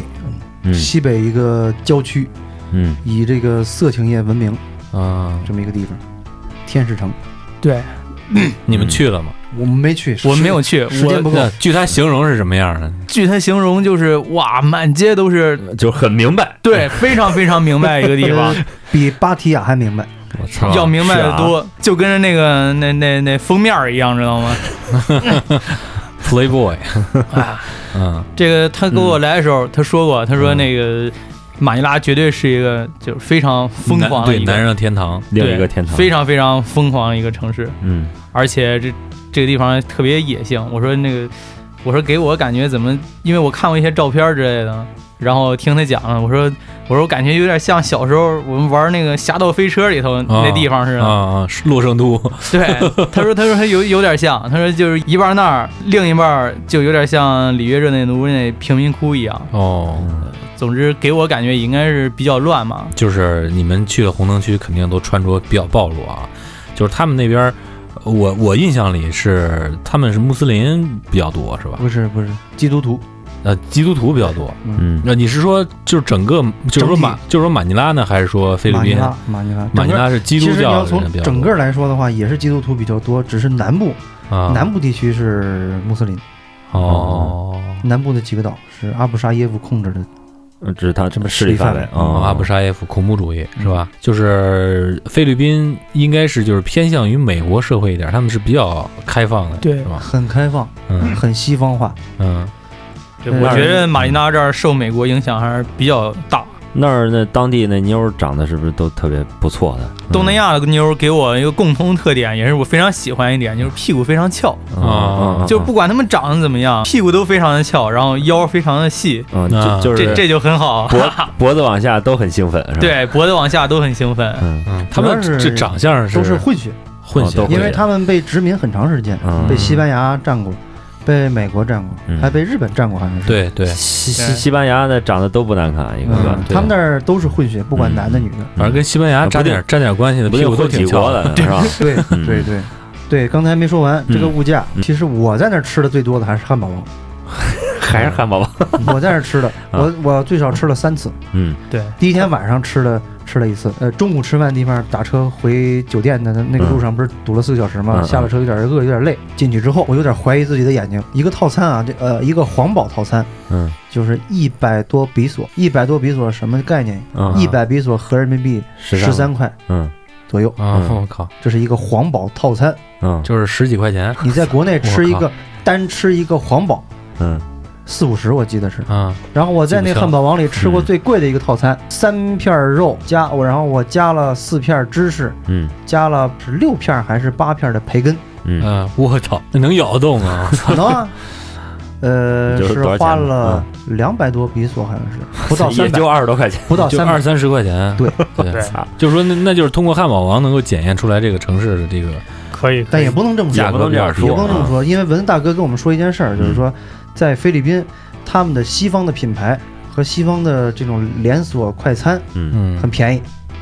S3: 嗯
S4: 西北一个郊区，
S3: 嗯
S4: 以这个色情业闻名
S2: 啊，
S4: 这么一个地方，天使城。
S5: 对，
S2: 你们去了吗？
S4: 我们没去，
S5: 我们没有去。
S4: 时间
S5: 我
S4: 不够
S2: 那据他形容是什么样的？
S5: 据他形容就是哇，满街都是，
S1: 就很明白。
S5: 对，非常非常明白一个地 方，
S4: 比芭提雅还明白。
S2: 我操，
S5: 要明白
S3: 是
S5: 的
S3: 啊
S5: 多，就跟着那个那那那封面儿一样，知道吗？
S2: Playboy，
S5: 啊。
S2: 嗯
S5: 这个他给我来的时候，他说过，他说那个马尼拉绝对是一个就是非常疯
S2: 男
S5: 狂的
S2: 对
S5: 一个
S2: 男人的天堂，
S3: 另一个
S5: 对
S3: 天堂，
S5: 非常非常疯狂的一个城市，
S3: 嗯
S5: 而且这这个地方特别野性。我说那个，我说给我感觉怎么？因为我看过一些照片之类的，然后听他讲了，我说我说我感觉有点像小时候我们玩那个《侠盗飞车》里头那地方似的。
S2: 啊啊，是洛圣都，
S5: 对，他说他说他有有点像，他说就是一半那儿，另一半儿就有点像里约热内卢那贫民窟一样。
S2: 哦，
S5: 总之给我感觉应该是比较乱嘛。
S2: 就是你们去的红灯区肯定都穿着比较暴露啊，就是他们那边儿，我我印象里是他们是穆斯林比较多是吧？
S4: 不是不是，基督徒，
S2: 呃，基督徒比较多。
S3: 嗯，
S2: 那你是说就是整个就是说马就是说马尼拉呢，还是说菲律
S4: 马尼
S2: 宾？
S4: 拉，马尼拉，
S2: 马尼拉是基
S4: 整
S2: 督
S4: 个。其实你
S2: 教
S4: 要
S2: 的人
S4: 从
S2: 比较多
S4: 整个来说的话，也是基督徒比较多，只是南部，
S2: 啊
S4: 南部地区是穆斯林，
S2: 哦。
S4: 南部的几个岛是阿布沙耶夫控制的。
S3: 只是他这么势力范围
S4: 嗯
S2: 哦，
S3: 啊，
S2: 阿布
S3: 是
S2: 沙耶夫恐怖主义是吧？就是菲律宾应该是就是偏向于美国社会一点，他们是比较开放的，
S5: 对
S2: 是 吧？
S4: 很开放，
S2: 嗯
S4: 很西方化。
S2: 嗯，
S4: 嗯
S5: 我觉得马尼拉这儿受美国影响还是比较大。
S3: 那儿那当地那妞儿长得是不是都特别不错的？嗯
S5: 东南亚的妞儿给我一个共通特点，也是我非常喜欢一
S3: 嗯
S5: 点，就是屁股非常翘，
S2: 啊
S5: 就不管他们长得怎么样，屁股都非常的翘，然后腰非常的细，
S3: 嗯，
S2: 啊
S3: 就就
S5: 这
S3: 是
S5: 这就很好。
S3: 脖脖子往下都很兴奋，是吧？，
S5: 对，脖子往下都很兴奋。
S3: 嗯
S2: 嗯，他们
S4: 主要是
S2: 这长相
S4: 都是
S2: 是
S4: 混血，
S2: 混血
S3: 哦都，
S4: 因
S3: 混
S4: 为
S3: 血
S4: 他们被殖民很长时间，
S3: 嗯
S4: 被西班牙占过，被美国占过，
S3: 嗯
S4: 还被日本占过，好像是。
S2: 对对，
S3: 西西
S5: 对
S3: 西班牙的长得都不难看，一个
S4: 嗯，
S3: 个
S2: 对
S4: 他们那儿都是混血，不管
S3: 嗯
S4: 男的女的。
S2: 反正跟西班牙
S3: 啊
S2: 沾
S3: 不对
S2: 点沾点关系的
S3: 不
S2: 屁
S3: 定
S2: 股都
S3: 混
S2: 挺
S3: 几
S2: 翘
S3: 国的，是吧？
S4: 对
S3: 嗯
S4: 对对对，刚才没说完，这个物价，
S3: 嗯
S4: 其实我在那儿吃的最多的还是汉堡 王，
S3: 还是汉堡王，
S4: 我在那儿吃的，我
S2: 啊
S4: 我最少吃了三次。
S3: 嗯
S5: 对，
S4: 第一天晚上吃了吃了一次，呃，中午吃饭的地方打车回酒店的那那个路上不是堵了四个小时吗？
S3: 嗯嗯
S4: 下了车有点饿，有点累。进去之后，我有点怀疑自己的眼睛。一个套餐啊，这呃一个皇堡套餐
S3: 嗯
S4: 就是一百多比索，一百多比索什么概念？
S3: 嗯，
S4: 一百比索合人民币十
S3: 13
S4: 三块
S3: 嗯
S4: 左右，
S2: 啊！
S3: 嗯
S2: 我靠，
S4: 这是一个皇堡套餐。
S3: 嗯
S2: 就是十几块钱
S4: 你在国内吃一
S2: 我
S4: 个单吃一个皇堡
S3: 嗯
S4: 四五十，我记得是。
S2: 啊，
S4: 然后我在那
S2: 记不清
S4: 汉堡王里吃过
S3: 嗯
S4: 最贵的一个套餐，三片肉加我，然后我加了四片芝士。
S3: 嗯
S4: 加了是六片儿还是八片儿的培根？
S3: 嗯
S2: 嗯，我操，那能咬得动吗？
S4: 能 啊，呃，
S3: 就是
S4: 是
S3: 多少钱
S4: 花了两百多比索，好像是 不到
S3: 也
S4: 三百，
S3: 就二十多块钱，
S4: 不到
S2: 就
S4: 三
S2: 二
S4: 百。
S2: 三十块钱，
S4: 对
S2: 对，
S3: 操
S2: 就是说那那就是通过汉堡王能够检验出来这个城市的这个
S5: 可以
S4: 但也不能这么说，
S3: 也不能这样
S4: 也不能这
S3: 啊嗯
S4: 么说，因为文大哥跟我们说一件事儿，就是说，在菲律宾，他们的西方的品牌和西方的这种连锁快餐
S3: 嗯
S2: 嗯
S4: 很便宜，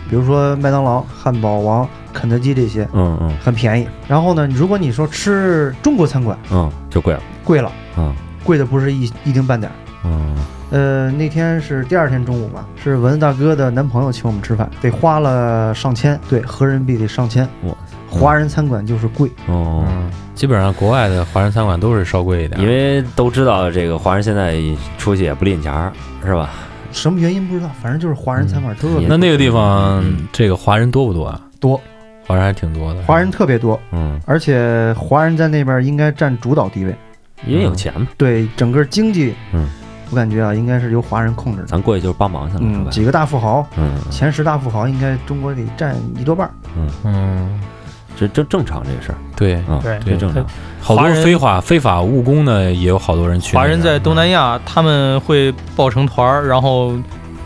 S4: 比如说麦当劳、汉堡王、肯德基这些
S3: 嗯嗯
S4: 很便宜。然后呢，如果你说吃中国餐馆，
S3: 嗯，就贵了，
S4: 贵了，
S3: 嗯
S4: 贵的不是一一丁半点儿。
S3: 嗯
S4: 呃，那天是第二天中午吧，是文大哥的男朋友请我们吃饭，得花了上千，对，合人民币得上千。
S3: 哇
S4: 华人餐馆就是贵，
S3: 哦，
S2: 嗯，基本上国外的华人餐馆都是稍贵一点，
S3: 因为都知道这个华人现在出去也不吝钱儿，是吧？
S4: 什么原因不知道，反正就是华人餐馆都
S3: 嗯
S4: 是
S2: 那那个地方
S3: 嗯
S2: 这个华人多不多啊？
S4: 多，
S2: 华人还挺多的。
S4: 华人特别多，
S3: 嗯，
S4: 而且华人在那边应该占主导地位，
S3: 因为有钱嘛，
S4: 对整个经济，
S3: 嗯，
S4: 我感觉啊，应该是由华人控制的，
S3: 咱过去就是帮忙去了，是
S4: 嗯，
S3: 吧？
S4: 几个大富豪，
S3: 嗯，
S4: 前十大富豪应该中国得占一多半儿，
S2: 嗯，
S3: 这正正常这个事儿
S2: 对，
S3: 啊，
S5: 对
S3: 这正常，
S2: 好
S5: 华
S2: 多
S5: 人
S2: 非法非法务工的也有好多人去那边。
S5: 华人在东南亚，他们会抱成团儿，然后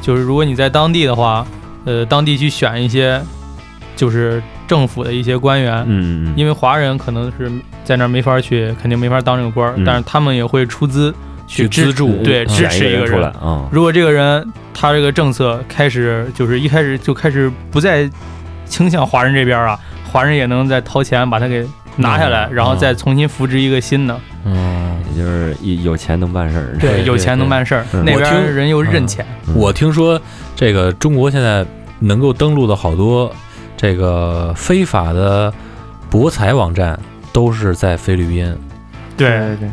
S5: 就是如果你在当地的话，呃，当地去选一些就是政府的一些官员，
S3: 嗯嗯
S5: 因为华人可能是在那儿没法去，肯定没法当这个官儿，
S3: 嗯
S5: 但是他们也会出资
S2: 去
S5: 支
S2: 资助，
S5: 对
S3: 嗯，
S5: 支
S3: 选
S5: 持
S3: 一
S5: 一
S3: 人
S5: 个
S3: 出
S5: 人
S3: 来啊，
S5: 如果这个人他这个政策开始就是一开始就开始不再倾向华人这边儿啊，华人也能再掏钱把他给拿下来，
S2: 嗯
S5: 然后
S2: 嗯
S5: 再重新扶植一个新的。
S2: 嗯，
S3: 也就是一有钱能办事儿，
S2: 对
S5: 有钱能办事儿，
S3: 嗯
S5: 那
S2: 我
S5: 边
S2: 听
S5: 人又认
S2: 嗯
S5: 钱。
S2: 我听说这个中国现在能够登录的好多这个非法的博彩网站都是在菲律宾。
S4: 对对。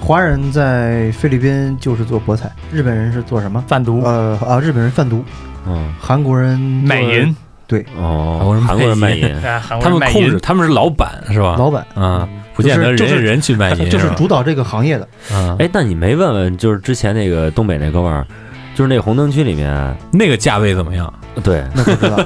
S4: 华人在菲律宾就是做博彩，日本人是做什么？
S5: 贩毒、
S4: 呃啊，日本人贩毒，
S3: 嗯
S4: 韩国人
S5: 卖
S4: 做
S5: 淫，
S3: 哦，
S2: 韩
S3: 韩国
S2: 国
S3: 人
S2: 人
S3: 卖
S2: 卖
S3: 淫
S2: 淫，
S5: 哎，韩
S2: 他
S5: 国
S2: 们
S5: 人卖
S2: 控制，
S5: 淫，
S2: 他们是老板是吧？
S4: 老板，
S2: 啊，不见得
S4: 就是
S2: 人人去啊卖淫，
S4: 就是
S2: 吧
S4: 主导这个行业的。
S3: 哎
S2: 嗯，
S3: 哎，那你没问问，就是之前那个东北那哥们儿，就是那红灯区里面，
S2: 那个价位怎么样？
S3: 对，
S4: 那不知道，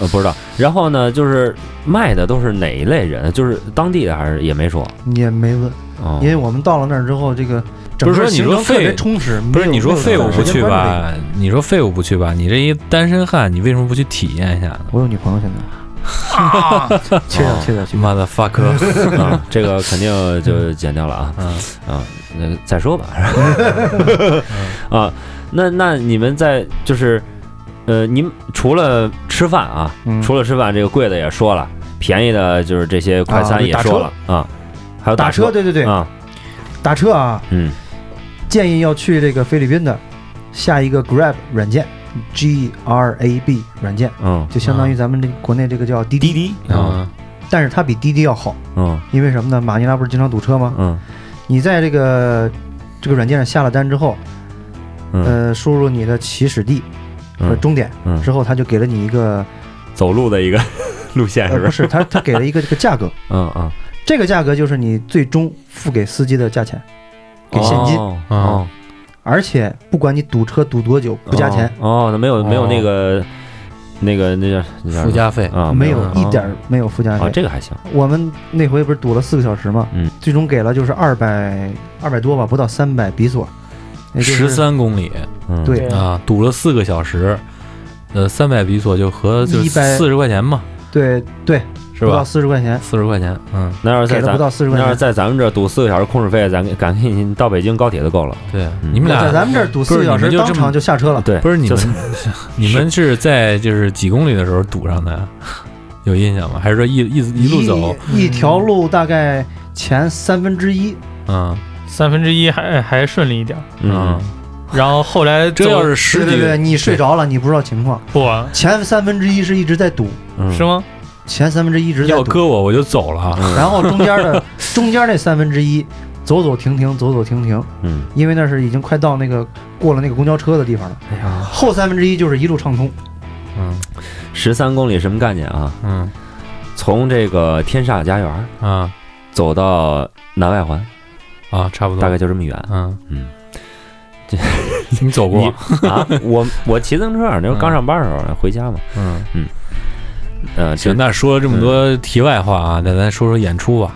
S3: 呃，不知道。然后呢，就是卖的都是哪一类人？就是当地的还是也没说。
S4: 你也没问，
S3: 哦
S4: 因为我们到了那儿之后，这个整
S2: 不是
S4: 个
S2: 说你
S4: 行
S2: 说
S4: 程特别
S2: 废
S4: 充实，
S2: 不是
S4: 没有
S2: 你说
S4: 没有
S2: 废物
S4: 时
S2: 不
S4: 间
S2: 去
S4: 观的理由？
S2: 吧？你说废物不去吧？你这一单身汉，你为什么不去体验一下呢
S4: 我有女朋友现在，
S5: 啊，
S4: 切掉
S3: 哦
S4: 切掉切掉，
S2: ？Mother fucker！
S3: 啊，这个肯定就剪掉了 啊
S2: 嗯，
S3: 啊，那个再说吧。 啊，那那你们在就是，呃，你们除了吃饭啊，
S2: 哦
S4: 嗯
S3: 除了吃饭，这个贵的也说了，便宜的就是这些快
S4: 啊
S3: 餐
S4: 对
S3: 也
S4: 打
S3: 说
S4: 车
S3: 了啊，还有
S4: 打
S3: 车，
S4: 对对对，
S2: 嗯
S3: 啊，
S4: 打车啊，
S3: 嗯，
S4: 建议要去这个菲律宾的下一个 Grab 软件，G R A B 软件，
S3: 嗯，
S4: 就相当于咱们这个国内这个叫滴
S3: 滴
S4: 滴，
S3: 滴，嗯
S2: 啊，
S4: 但是它比滴滴要好，
S3: 嗯
S4: 因为什么呢？马尼拉不是经常堵车吗？
S3: 嗯
S4: 你在这个这个软件上下了单之后，
S3: 嗯
S4: 呃，输入你的起始地和
S3: 嗯，
S4: 终点
S3: 嗯
S4: 之后，它就给了你一个，
S3: 走路 的一个路线哎
S4: 呃，
S3: 是
S4: 不
S3: 不是？
S4: 是，它它给了一个这个价格，
S3: 嗯嗯，
S4: 这个价格就是你最终付给司机的价钱，给现金，啊
S3: 哦
S2: 嗯
S3: 哦，
S4: 而且不管你堵车堵多久，不加钱，
S3: 哦，那没有没有那个那个那叫那叫
S2: 附加费
S3: 什么啊，
S4: 没
S3: 啊
S4: 有一点儿没有附加
S3: 啊，
S4: 费。
S3: 这个还行，
S4: 我们那回不是堵了四个小时吗？
S3: 嗯，
S4: 最终给了就是二百二百多吧，不到三百比索，也就
S2: 十
S4: 是
S2: 三公里
S3: 嗯，
S4: 对
S2: 啊，堵了四个小时，呃，三百比索就合就
S4: 100
S2: 四十块钱嘛，
S4: 对对，
S2: 是
S4: 不到
S2: 吧？
S4: 四十块钱，
S2: 四十块钱，嗯，
S3: 那要是在
S4: 给了
S3: 咱
S4: 不到四十块
S3: 那要是
S4: 钱。
S3: 在咱们这儿堵四个小时控制费，咱敢给 你到北京高铁都够了。
S2: 对，
S3: 嗯
S2: 你们
S4: 在
S2: 俩
S4: 咱们这儿堵四
S2: 不
S4: 个
S2: 是
S4: 小
S2: 你们
S4: 时，
S2: 就这
S4: 当
S2: 么
S4: 场就下车了。
S3: 对，
S2: 不是你
S3: 就
S2: 们， 你们是在就是几公里的时候堵上的呀，有印象吗？还是说一一一路走？嗯
S4: 一，一条路大概前三分之一，
S2: 嗯
S5: 三分之一还哎还顺利一点，
S3: 嗯，
S5: 然后后来
S2: 这
S5: 走
S2: 要是
S4: 对
S2: 十几
S4: 对对，
S2: 个，
S4: 你睡着了，你不知道情况。
S5: 不
S4: 前三分之一是一直在堵，
S3: 嗯
S5: 是吗？
S4: 前三分之一一直在
S2: 要
S4: 堵，
S2: 搁我我就走了啊。
S4: 然后中间的中间那三分之一走走停停，走走停停，
S3: 嗯，
S4: 因为那是已经快到那个过了那个公交车的地方了。
S2: 哎呀，
S4: 后三分之一就是一路畅通，
S2: 嗯
S3: 十三公里什么概念啊？
S2: 嗯
S3: 从这个天煞家园
S2: 啊
S3: 走到南外环，
S2: 啊，差不多，
S3: 大概就这么远
S2: 嗯
S3: 嗯，
S2: 这你走过
S3: 你，啊。我我骑自行车，
S4: 嗯
S3: 那时候刚上班的时候回家嘛，
S2: 嗯，
S3: 嗯，
S2: 行，
S3: 这
S2: 那说了这么多题外话啊，那咱说说演出吧。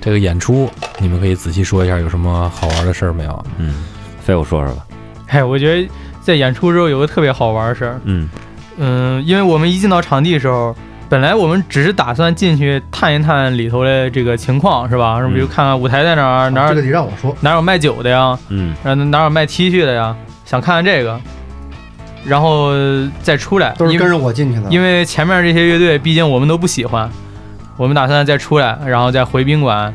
S2: 这个演出，你们可以仔细说一下，有什么好玩的事儿没有？
S3: 嗯，非我说说吧，
S5: 哎，我觉得在演出之后有个特别好玩的事儿，
S3: 嗯
S5: 嗯，因为我们一进到场地的时候，本来我们只是打算进去探一探里头的这个情况，是吧？是比如
S3: 嗯
S5: 看看舞台在哪儿，哪
S4: 啊这
S5: 儿
S4: 个得让我说。
S5: 哪有卖酒的呀，
S3: 嗯
S5: 然后哪有卖 T 恤的呀，想看看这个，然后再出来，
S4: 都是
S5: 因
S4: 跟着我进去的，
S5: 因为前面这些乐队，毕竟我们都不喜欢，我们打算再出来，然后再回宾馆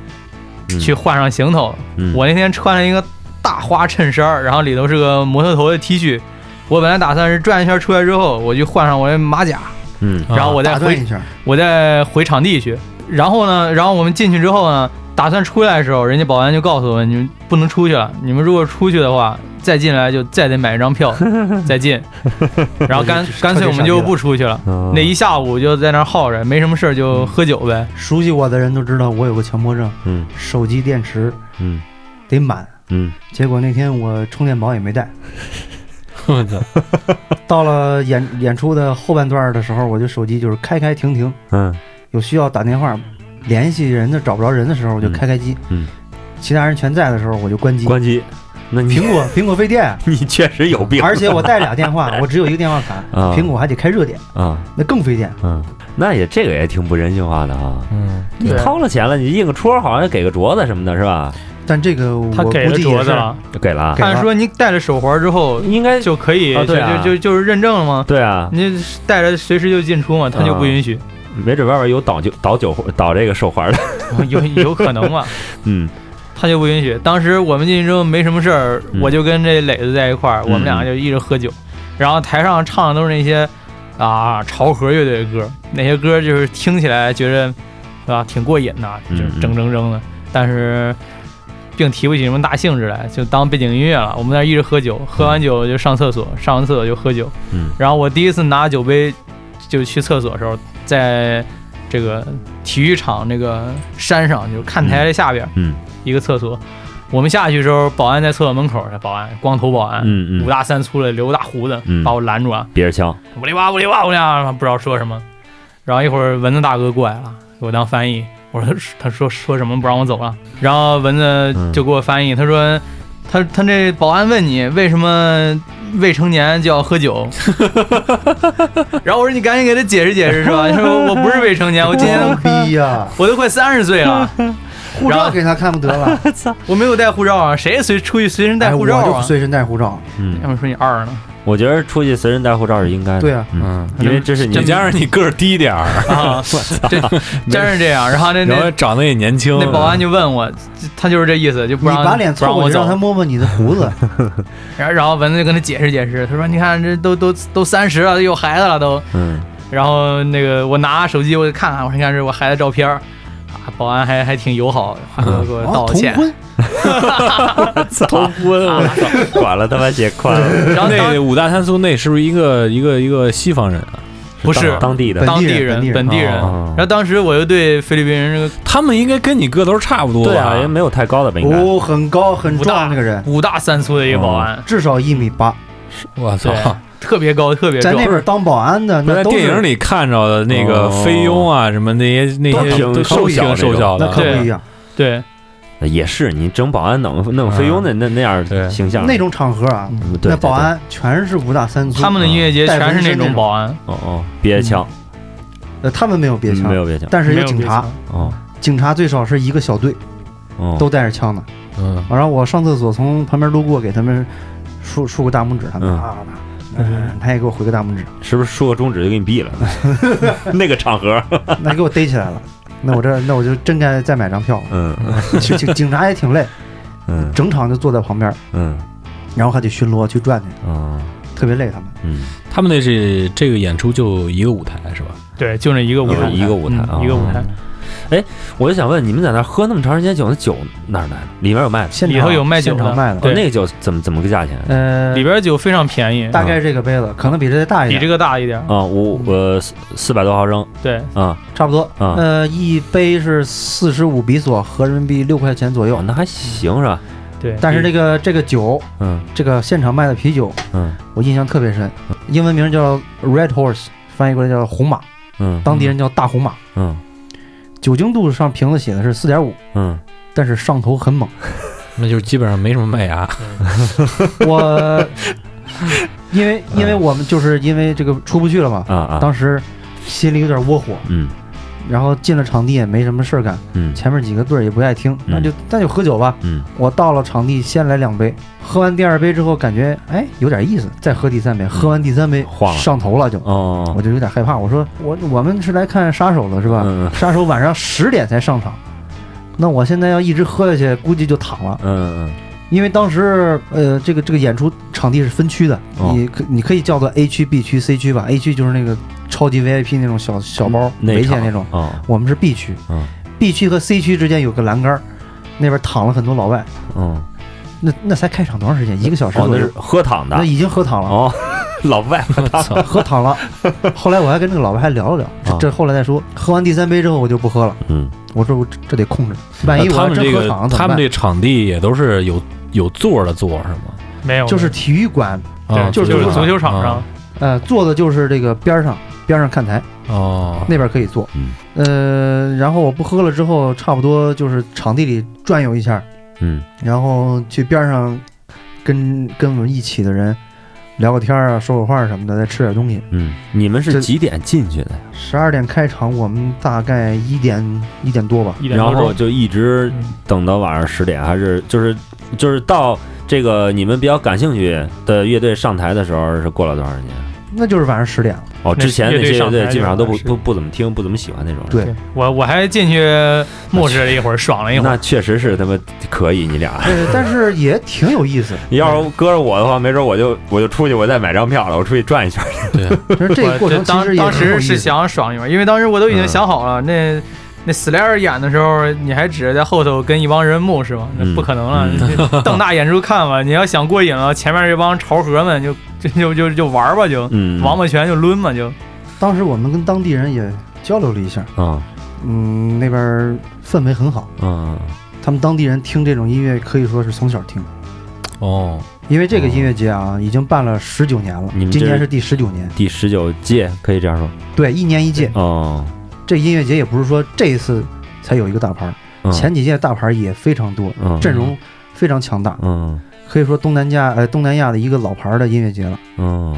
S3: 嗯
S5: 去换上行头。
S3: 嗯
S5: 我那天穿了一个大花衬衫儿，然后里头是个模特头的 T 恤。我本来打算是转一圈出来之后，我就换上我的马甲，
S3: 嗯
S5: 然后我再
S4: 啊打
S5: 回
S4: 断一下，
S5: 我再回场地去。然后呢，然后我们进去之后呢，打算出来的时候，人家保安就告诉我们，你们不能出去了。你们如果出去的话，再进来就再得买一 张票再进。然后干干脆我们就不出去了。
S3: 嗯
S5: 那一下午就在那儿耗着，没什么事儿就喝酒呗。
S4: 熟悉我的人都知道我有个强迫症，
S3: 嗯
S4: 手机电池
S3: 嗯
S4: 得满。
S3: 嗯
S4: 结果那天我充电宝也没带，
S2: 我操，
S4: 到了演演出的后半段的时候，我就手机就是开开停停，
S3: 嗯
S4: 有需要打电话联系人的找不着人的时候，我就开开机，
S3: 嗯
S4: 其他人全在的时候我就关机。
S3: 关机，那你
S4: 苹果苹果 费电，
S3: 你确实有 病
S4: 而且我带俩电 话，我只有一个电话卡，
S3: 啊
S4: 苹果还得开热点，
S3: 啊。
S4: 那更费电。
S3: 嗯，那也这个也挺不人性化的啊！
S2: 嗯，
S3: 你
S5: 对
S3: 掏了钱了，你印个戳，好像给个镯子什么的，是吧？
S4: 但这个嗯我
S5: 他
S4: 估
S5: 给了
S4: 计
S5: 镯
S4: 也
S5: 子
S4: 是，
S5: 了，
S3: 就给了啊，
S4: 给了
S5: 按说你戴了手环之后
S3: 应该
S5: 就可以
S3: 啊
S5: 就
S3: 对啊
S5: 就就就是认证了吗？
S3: 对啊，
S5: 你带着随时就进出嘛，他就不允许，
S3: 没准外边有倒酒、倒酒、倒这个手环的。
S5: 啊 有有可能吧？
S3: 嗯
S5: 他就不允许。当时我们进去之后没什么事儿，
S3: 嗯
S5: 我就跟这磊子在一块儿，
S3: 嗯
S5: 我们俩就一直喝酒，然后台上唱的都是那些啊潮和乐队的歌，那些歌就是听起来觉得啊挺过瘾的，
S3: 嗯
S5: 就
S3: 嗯
S5: 铮铮铮的，但是。并提不起什么大兴致来，就当背景音乐了。我们在那儿一直喝酒，喝完酒就上厕所，上完厕所就喝酒。
S3: 嗯
S5: 然后我第一次拿酒杯就去厕所的时候，在这个体育场那个山上，就是看台下边，
S3: 嗯
S5: 一个厕所，我们下去的时候，保安在厕所门口，保安光头保安，
S3: 嗯嗯，
S5: 五大三粗的，留大胡子，
S3: 嗯
S5: 把我拦住了，啊
S3: 别着枪，
S5: 呜哩哇呜哩哇呜哩哇，不知道说什么。然后一会儿蚊子大哥过来了，给我当翻译。我说他说说什么不让我走了，然后蚊子就给我翻译，他说他他这保安问你为什么未成年就要喝酒，然后我说你赶紧给他解释解释是吧？他说我不是未成年，我 今年
S4: 牛逼呀！
S5: 我都快三十岁了，
S4: 护照给他看不得了，
S5: 我没有带护照啊，谁随出去随身带护照
S4: 哎我就
S5: 啊
S4: 不？随 身带护照。
S3: 嗯
S5: 要，么说你 二呢？
S3: 我觉得出去随身带护照是应该的，
S4: 对啊，
S3: 嗯，
S2: 嗯，
S3: 因为这是你
S2: 再加上你个儿低点儿，
S5: 啊，这真是这样。然后那
S2: 然后
S5: 那
S2: 长得也年轻，
S5: 那保安就问我，他就是这意思，
S4: 呃
S5: 就
S4: 你
S5: 不让
S4: 把脸
S5: 不
S4: 凑
S5: 让
S4: 过
S5: 我
S4: 去，让他
S5: 走。
S4: 摸摸你的胡子。
S5: 然后然后蚊子就跟他解释解释，他说你看这都都都三十了，有孩子了都。
S3: 嗯，
S5: 然后那个我拿手机我就看看，我说你看这是我孩子照片儿。啊，保安还还挺友好，还给我给我
S4: 啊
S5: 道了
S4: 同
S5: 歉。
S4: 婚，
S3: 头昏，我操，管了他妈姐宽 了，
S5: 然后当
S2: 那五大三粗那是不是一个一个一个西方人啊？
S5: 不是
S3: 当地的，
S5: 当
S4: 地
S5: 地
S4: 人啊
S5: 人，本
S2: 地
S5: 地
S2: 人
S5: 人。
S3: 哦
S5: 然后当时我又对菲律宾人这个
S2: 他们应该跟你个头差不多吧？
S3: 对啊，因为没有太高的吧，应该
S4: 哦，很高很
S5: 五大
S4: 壮那个人，
S5: 五大三粗的一个保安，
S4: 至少一米八，
S2: 我操！
S5: 对啊特别高，特别
S4: 哦在
S5: 壮。
S4: 那边当保安的
S2: 不是在
S4: 那都
S2: 电影
S4: 是
S2: 里看着的那个菲佣啊，什么那些那
S3: 都
S2: 些
S3: 挺
S2: 都
S3: 瘦小
S2: 挺
S3: 那种
S2: 瘦小
S4: 那
S2: 的，
S4: 可不
S5: 对
S4: 一样。
S5: 对，
S3: 也是你整保安弄弄菲佣的那那样
S2: 对
S3: 形象，
S4: 那种场合啊，
S3: 嗯对
S4: 那保
S3: 对对
S4: 安全是五大三粗，
S5: 他们的音乐节全是那种保安，
S4: 嗯
S3: 哦哦，别枪，
S4: 呃他们没有别
S3: 嗯
S4: 枪
S3: 没，有别枪，
S4: 但是
S5: 没
S4: 有
S5: 有
S4: 警
S5: 别
S4: 察
S5: 枪，
S3: 哦
S4: 警察最少是一个小队
S3: 哦，
S4: 都带着枪的。
S2: 嗯，
S4: 然后我上厕所从旁边路过，给他们竖竖个大拇指，他们啊
S3: 嗯
S4: 啪啪啪。嗯他也给我回个大拇指，
S3: 是不是竖个中指就给你毙了？ 那个场合，
S4: 那给我逮起来了。那我这那我就真该再买张票了。
S3: 嗯
S4: 警警警察也挺累，
S3: 嗯
S4: 整场就坐在旁边，
S3: 嗯
S4: 然后还得巡逻去转去，
S3: 哦
S4: 特别累。他们
S3: 嗯，
S2: 他们那是这个演出就一个舞台是吧？
S5: 对，就那一个舞台，
S3: 有一个舞台
S5: 嗯
S3: 啊
S5: 一个舞台，
S3: 我就想问，你们在那儿喝那么长时间酒，那酒哪儿来的？里面有卖吗？
S4: 现
S5: 里头
S4: 场
S5: 有卖酒
S4: 现场
S5: 的
S4: 卖的，
S5: 对
S3: 哦那个酒怎么怎么个价钱？
S4: 呃，
S5: 里边酒非常便宜，
S4: 大哦概这个杯子可能比这个大一
S5: 比这
S4: 点，
S5: 个大一点，
S3: 啊，我我四四百多毫升
S5: 对，
S3: 啊
S4: 差不多。
S3: 啊，
S4: 呃，一杯是四十五比索，合人民币六块钱左
S3: 哦
S4: 右。
S3: 那还行是吧？
S5: 对，
S4: 但是这个这个酒，
S3: 嗯
S4: 这个现场卖的啤酒，
S3: 嗯
S4: 我印象特别深，英文名叫 Red Horse，翻译过来叫红马，
S3: 嗯
S4: 当地人叫大红马。
S3: 嗯
S4: 酒精度上瓶子写的是四点五，
S3: 嗯，
S4: 但是上头很猛。
S2: 那就是基本上没什么麦芽，
S4: 我因为因为我们就是因为这个出不去了嘛，
S3: 啊啊，
S4: 当时心里有点窝火，
S3: 嗯
S4: 然后进了场地也没什么事儿干，
S3: 嗯
S4: 前面几个队儿也不爱听，那就那就喝酒吧。
S3: 嗯
S4: 我到了场地先来两杯，喝完第二杯之后感觉哎有点意思，再喝第三杯，喝完第三杯
S3: 嗯晃了
S4: 上头了就，
S3: 哦
S4: 我就有点害怕。我说我我们是来看杀手的是吧？
S3: 嗯嗯
S4: 杀手晚上十点才上场，那我现在要一直喝下去，估计就躺了。
S3: 嗯嗯
S4: 因为当时呃这个这个演出场地是分区的，
S3: 哦
S4: 你可你可以叫做 A 区、B 区、C 区吧。A 区就是那个超级 VIP 那种小小包
S3: 嗯那
S4: 围起来
S3: 场
S4: 那种，
S3: 哦
S4: 我们是 B 区。
S3: 嗯
S4: B 区和 C 区之间有个栏杆儿，那边躺了很多老外。
S3: 嗯，
S4: 那那才开场多长时间？一个小时
S3: 哦
S4: 左
S3: 那
S4: 右
S3: 是，喝躺的
S4: 那已经喝躺了，
S3: 哦， 老外
S2: 我操！
S4: 喝躺了。后来我还跟这个老外还聊了聊，这
S3: 啊
S4: 这后来再说。喝完第三杯之后我就不喝了，
S3: 嗯
S4: 我说我这这得控制，万一我
S2: 他
S4: 要
S2: 们
S4: 哎真
S2: 这
S4: 喝
S2: 个
S4: 躺了怎
S2: 他
S4: 么
S2: 们
S4: 办？
S2: 这场地也都是有有座的座是吗？
S5: 没有，
S4: 就是体育馆，
S2: 啊，
S3: 哦
S5: 对，哦就是
S4: 就是
S5: 足球场上，
S4: 呃，坐的就是这个边儿上边上看台
S2: 嗯哦，
S4: 那边可以坐
S3: 嗯，
S4: 呃，然后我不喝了之后，差不多就是场地里转悠一下，
S3: 嗯
S4: 然后去边上跟跟我们一起的人聊个天儿啊，说说话什么的，再吃点东西。
S3: 嗯，你们是
S4: 这
S3: 几点进去的呀？
S4: 十二点开场，我们大概一点一点多吧，
S5: 一点
S3: 然
S5: 多
S3: 后
S5: 钟，
S3: 就一直
S5: 嗯
S3: 等到晚上十点，还是就是就是到这个你们比较感兴趣的乐队上台的时候是过了多长时间？
S4: 那就是晚上十点了。
S3: 哦，
S5: 那
S3: 之前那些乐
S5: 乐
S3: 队
S5: 队上台
S3: 基本上都不
S5: 是
S3: 不不怎么听，不怎么喜欢那种。
S4: 对，
S5: 我我还进去默视了一会儿，爽了一会
S3: 那
S5: 儿，
S3: 确实是他妈可以，你俩。
S4: 呃，但是也挺有 意思。
S3: 你要是搁着我的话，没准我就我就出去，我再买张票了，我出去转一圈。
S4: 但是这个
S5: 我
S4: 过程其
S5: 当
S4: 实也
S5: 当
S4: 挺有
S5: 时
S4: 意
S5: 是
S4: 思的。
S5: 想爽一会儿，因为当时我都已经想好
S3: 嗯
S5: 了，那那 Slayer 演的时候，你还指着在后头跟一帮人目是吗？那
S3: 嗯
S5: 不可能了，
S3: 嗯
S5: 你瞪大眼珠看吧。你要想过瘾了，前面这帮潮河们就就就就就玩吧，就
S3: 嗯，
S5: 王八拳就抡嘛，就
S4: 当时我们跟当地人也交流了一下，
S3: 嗯
S4: 嗯，那边氛围很好，
S3: 嗯
S4: 他他们当地人听这种音乐可以说是从小听的，
S2: 哦，
S4: 因为这个音乐节啊已经办了十九年了
S3: 你们，这
S4: 今年
S3: 是
S4: 是第十九年，
S3: 第十九届可以这样说，
S4: 对，一年一届。
S3: 哦，
S4: 这音乐节也不是说这一次才有一个大牌儿，
S3: 嗯
S4: 前几届大牌儿也非常多，
S3: 嗯
S4: 阵容非常强大，
S3: 嗯
S4: 可以说东南亚呃东南亚的一个老牌儿的音乐节了。
S3: 嗯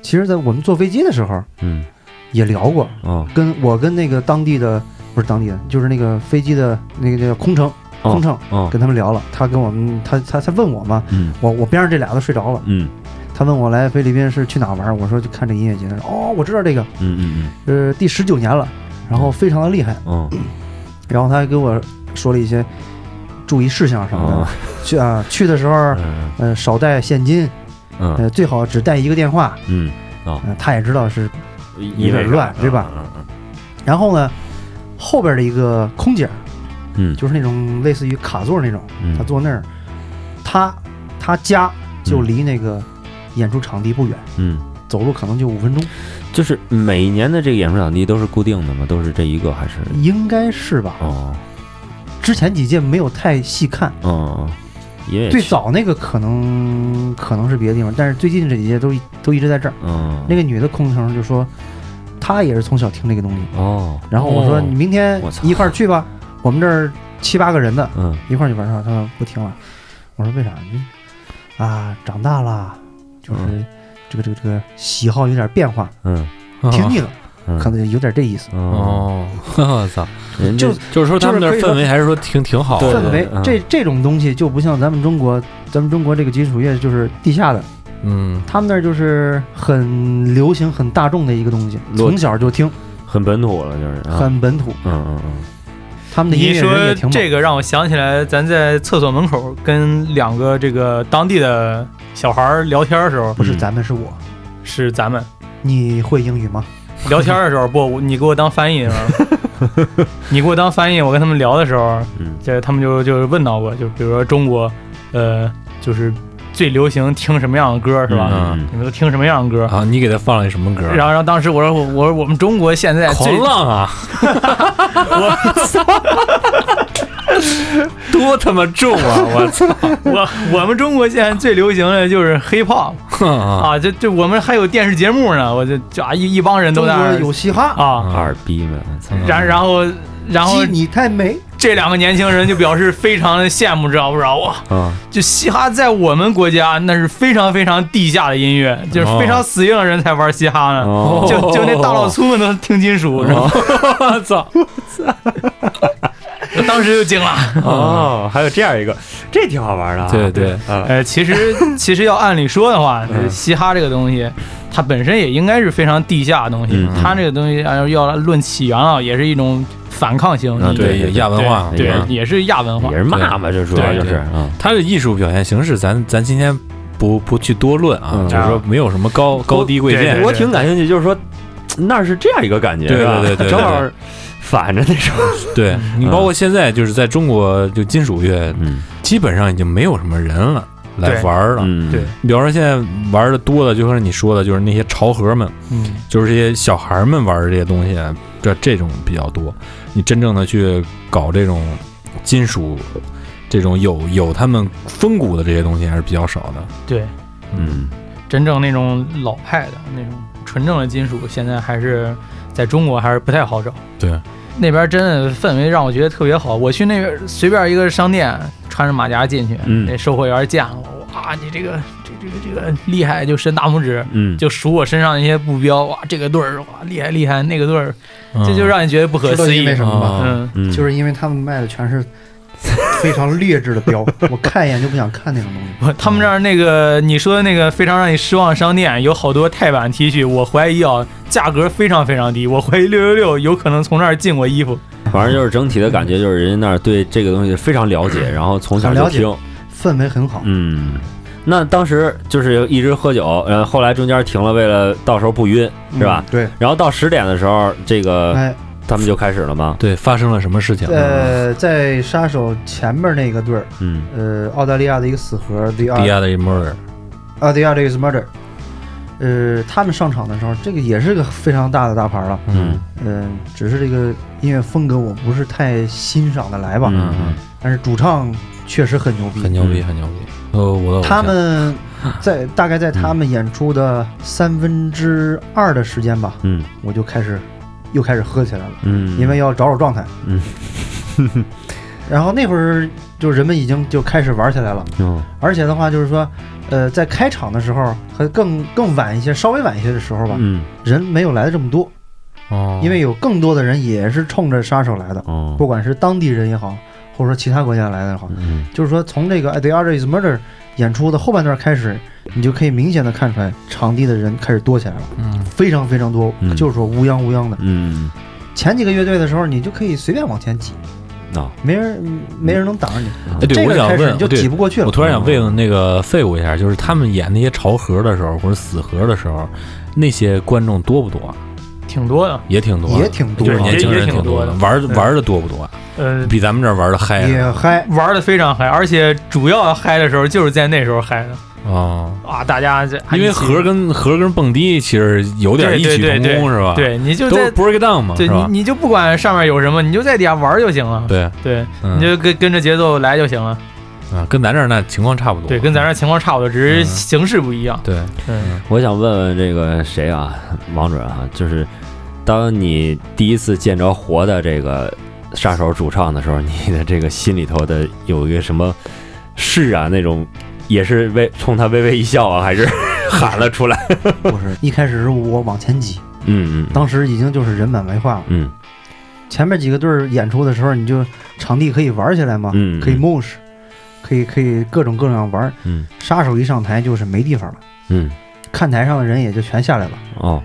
S4: 其实，在我们坐飞机的时候
S3: 嗯
S4: 也聊过，
S3: 哦
S4: 跟我跟那个当地的不是当地的，就是那个飞机的那个叫空乘空乘，
S3: 哦
S4: 跟他们聊了，他跟我们他他他问我嘛，
S3: 嗯
S4: 我我边上这俩都睡着了，
S3: 嗯
S4: 他问我来菲律宾是去哪玩儿，我说就看这音乐节，他说哦我知道这个，
S3: 嗯嗯
S4: 呃第十九年了，然后非常的厉害，
S3: 嗯哦
S4: 然后他还给我说了一些注意事项什么的，
S3: 哦
S4: 去啊去的时候。
S3: 嗯
S4: 呃，少带现金，
S3: 嗯
S4: 呃，最好只带一个电话。
S3: 嗯，
S4: 呃，他也知道是。
S3: 一
S4: 点乱对吧？然后呢，后边的一个空姐，
S3: 嗯
S4: 就是那种类似于卡座那种，
S3: 嗯
S4: 他坐那儿，他他家就离那个演出场地不远，
S3: 嗯，
S4: 走路可能就五分钟，
S3: 就是每年的这个演出场地都是固定的吗？都是这一个还是？
S4: 应该是吧？
S3: 哦
S4: 之前几届没有太细看，
S3: 哦，因为
S4: 最早那个可能可能是别的地方，但是最近这几届都都一直在这儿。
S3: 嗯
S4: 那个女的空乘就说，她也是从小听这个东西，
S3: 哦
S4: 然后我说
S2: 哦
S4: 你明天
S3: 我操
S4: 一块儿去吧，我们这儿七八个人呢，
S3: 嗯
S4: 一块儿去玩耍。他说不听了，我说为啥？你啊，长大了，就是
S3: 嗯
S4: 这个这个这个喜好有点变化，
S3: 嗯
S4: 听腻了，
S3: 嗯
S4: 可能有点这意思。
S3: 哦，
S2: 哦， 我操！
S3: 人家
S4: 就
S2: 就是说他们那
S4: 就是可以说
S2: 氛围还是说挺挺好
S3: 对
S2: 的，
S4: 氛围
S3: 嗯
S4: 这这种东西就不像咱们中国，咱们中国这个金属乐就是地下的，
S2: 嗯，
S4: 他们那儿就是很流行、很大众的一个东西，
S3: 落
S4: 从小就听，
S3: 很本土了，就是啊
S4: 很本土。
S3: 嗯嗯嗯
S4: 他们的音
S5: 你
S4: 乐人
S5: 说
S4: 也挺
S5: 这
S4: 猛。
S5: 个让我想起来，咱在厕所门口跟两个这个当地的小孩儿聊天的时候，
S4: 不是
S3: 嗯
S4: 咱们是我，
S5: 是咱们
S4: 你会英语吗？
S5: 聊天的时候，不，我你给我当 翻译吗？你给我当翻译，我跟他们聊的时候，
S3: 嗯
S5: 这他们就就是问到过，就比如说中国，呃，就是最流行听什么样的歌是吧？
S3: 嗯
S5: 你们都听什么样的歌？
S2: 啊，你给他放了一什么歌？
S4: 嗯
S5: 然后，然后当时我说，我我说我们中国现在最
S2: 狂浪啊！我 多他妈重啊！我操！
S5: 我 我们中国现在最流行的就是 hip hop
S2: 啊
S5: 啊，这这我们还有电视节目呢，我就就啊一一帮人
S4: 中
S5: 都在那
S4: 国
S5: 儿
S4: 有嘻哈，
S5: 啊，
S3: 二逼们，我操！
S5: 然然后然后
S4: 鸡你太美。
S5: 这两个年轻人就表示非常的羡慕，知道不知道？哇，
S3: 啊
S5: 就嘻哈在我们国家那是非常非常地下的音乐，就是非常死硬的人才玩嘻哈呢。
S3: 哦
S5: 啊就就那大老粗们都听金属，然 后
S2: 我操！
S5: 我当时就惊了。
S3: 哦，还有这样一个，这挺好玩的啊
S2: 对对，
S3: 啊
S5: 呃，其实其实要按理说的话，
S3: 嗯
S5: 嘻哈这个东西，它本身也应该是非常地下的东西
S3: 嗯。嗯
S5: 它这个东西要要论起源啊，也是一种反抗性
S3: 啊。
S5: 你
S3: 对
S2: 对亚文化，
S5: 对
S3: 嗯，
S5: 也是亚文化
S3: 也。是骂嘛，这主要就是
S2: 对
S3: 啊，
S2: 它的艺术表现形式，咱咱今天不不去多论啊
S3: 嗯，
S2: 就是说没有什么高高低贵
S5: 对
S2: 贱
S5: 对
S3: 我挺感兴趣，就是说那儿是这样一个感觉，
S2: 对
S3: 是吧
S2: 对对对对
S3: 正好反着那种，
S2: 对你
S3: 嗯
S2: 包括现在就是在中国，就金属乐
S3: 嗯
S2: 基本上已经没有什么人了来
S5: 对
S2: 玩儿了。
S3: 嗯
S5: 对，
S2: 比方说现在玩的多的，就像你说的，就是那些潮核们，
S5: 嗯，
S2: 就是这些小孩儿们玩的这些东西，这这种比较多。你真正的去搞这种金属，这种有有他们风骨的这些东西还是比较少的。
S5: 对，
S3: 嗯
S5: 真正那种老派的那种纯正的金属，现在还是在中国还是不太好找。
S2: 对，
S5: 那边真的氛围让我觉得特别好。我去那边随便一个商店，穿着马甲进去，
S3: 嗯
S5: 那售货员见了我，哇，你这个这这个这个厉害，就伸大拇指，
S3: 嗯，
S5: 就数我身上那些步标，哇，这个队儿哇厉害厉害，那个队儿，
S2: 嗯
S5: 这就让你觉得不可
S4: 嗯知道
S5: 思
S4: 因
S5: 议
S4: 为。什么吗？
S2: 啊
S5: 嗯，
S3: 嗯
S4: 就是因为他们卖的全是非常劣质的标，我看一眼就不想看那种东西。
S5: 我 他们这儿那个你说的那个非常让你失望的商店，有好多泰版 T 恤，我怀疑啊，价格非常非常低，我怀疑六六六有可能从那儿进过衣服。
S3: 反正就是整体的感觉，就是人家那儿对这个东西非常了解，然后从小
S4: 嗯很
S3: 就
S4: 了解
S3: 听。
S4: 氛围很好，
S3: 嗯，那当时就是一直喝酒，然后后来中间停了，为了到时候不晕，是吧？呃
S4: 嗯？对，
S3: 然后到十点的时候，这个
S4: 哎，
S3: 他们就开始了吗？
S2: 对，发生了什么事情？
S4: 呃，在杀手前面那个队儿，
S3: 嗯
S4: 呃，澳大利亚的一个死核，The 啊
S2: 迪亚的 murder，
S4: Australia is murder，呃，他们上场的时候，这个也是个非常大的大牌了。
S3: 嗯
S4: 嗯、只是这个音乐风格我不是太欣赏的来吧，
S3: 嗯
S4: 但是主唱确实很牛逼，
S2: 很牛逼，很牛逼。呃，我的偶像
S4: 嗯他们在大概在他们演出的三分之二的时间吧，
S3: 嗯
S4: 我就开始又开始喝起来了，
S3: 嗯，
S4: 因为要找找状态。
S3: 嗯，
S4: 然后那会儿就人们已经就开始玩起来了，
S3: 嗯
S4: 而且的话就是说，呃，在开场的时候和更更晚一些，稍微晚一些的时候吧，
S3: 嗯
S4: 人没有来的这么多，
S2: 哦，
S4: 因为有更多的人也是冲着杀手来的，
S3: 哦
S4: 不管是当地人也好，或者说其他国家来的也好，
S3: 嗯
S4: 就是说从这个《At The Other Is Murder》演出的后半段开始，你就可以明显的看出来，场地的人开始多起来了，
S2: 嗯
S4: 非常非常多，
S3: 嗯
S4: 就是说乌泱乌泱的。
S3: 嗯
S4: 前几个乐队的时候，你就可以随便往前挤，
S3: 啊
S4: 没人没人能挡着你。
S2: 嗯哎，对，
S4: 这
S2: 我
S4: 个
S2: 想
S4: 开始
S2: 问，
S4: 你就
S2: 对
S4: 挤不过去了
S2: 我。突然想问那个废物一下，就是他们演那些潮盒的时候或者死盒的时候，那些观众多不多啊？
S5: 挺多的。
S2: 也挺多的，
S4: 也挺多
S2: 就是年轻人
S5: 也挺
S2: 多
S5: 多的
S2: 玩儿
S5: 对
S2: 玩儿的多不多啊？
S5: 呃，
S2: 比咱们这儿玩的嗨
S4: 也嗨，
S5: 玩的非常嗨，而且主要嗨的时候就是在那时候嗨的
S2: 哦，
S5: 啊！大家这
S2: 因为盒跟盒跟蹦迪其实有点异曲
S5: 对对
S2: 同
S5: 对
S2: 工，是吧？，
S5: 对你就
S2: 啊都
S5: 在
S2: 是 break down 嘛，
S5: 对
S2: 是吧？
S5: 你你就不管上面有什么，你就在底下玩就行了。
S2: 对，
S5: 对，
S2: 嗯
S5: 你就跟跟着节奏来就行了。
S2: 啊，跟咱这儿那情况差不多。
S5: 对，跟咱这情况差不多，只
S2: 嗯
S5: 是形式不一样。
S4: 啊
S2: 对，
S5: 嗯，
S3: 我想问问这个谁啊，王主任啊，就是当你第一次见着活的这个杀手主唱的时候，你的这个心里头的有一个什么释然那种，也是微冲他微微一笑啊，还是 喊了出来？
S4: 不是一开始是我往前挤，
S3: 嗯嗯
S4: 当时已经就是人满为患了。
S3: 嗯
S4: 前面几个队儿演出的时候，你就场地可以玩起来嘛，
S3: 嗯
S4: 可以 mosh，可以可以各种各样玩。
S3: 嗯，
S4: 杀手一上台就是没地方了，
S3: 嗯
S4: 看台上的人也就全下来了，
S3: 哦，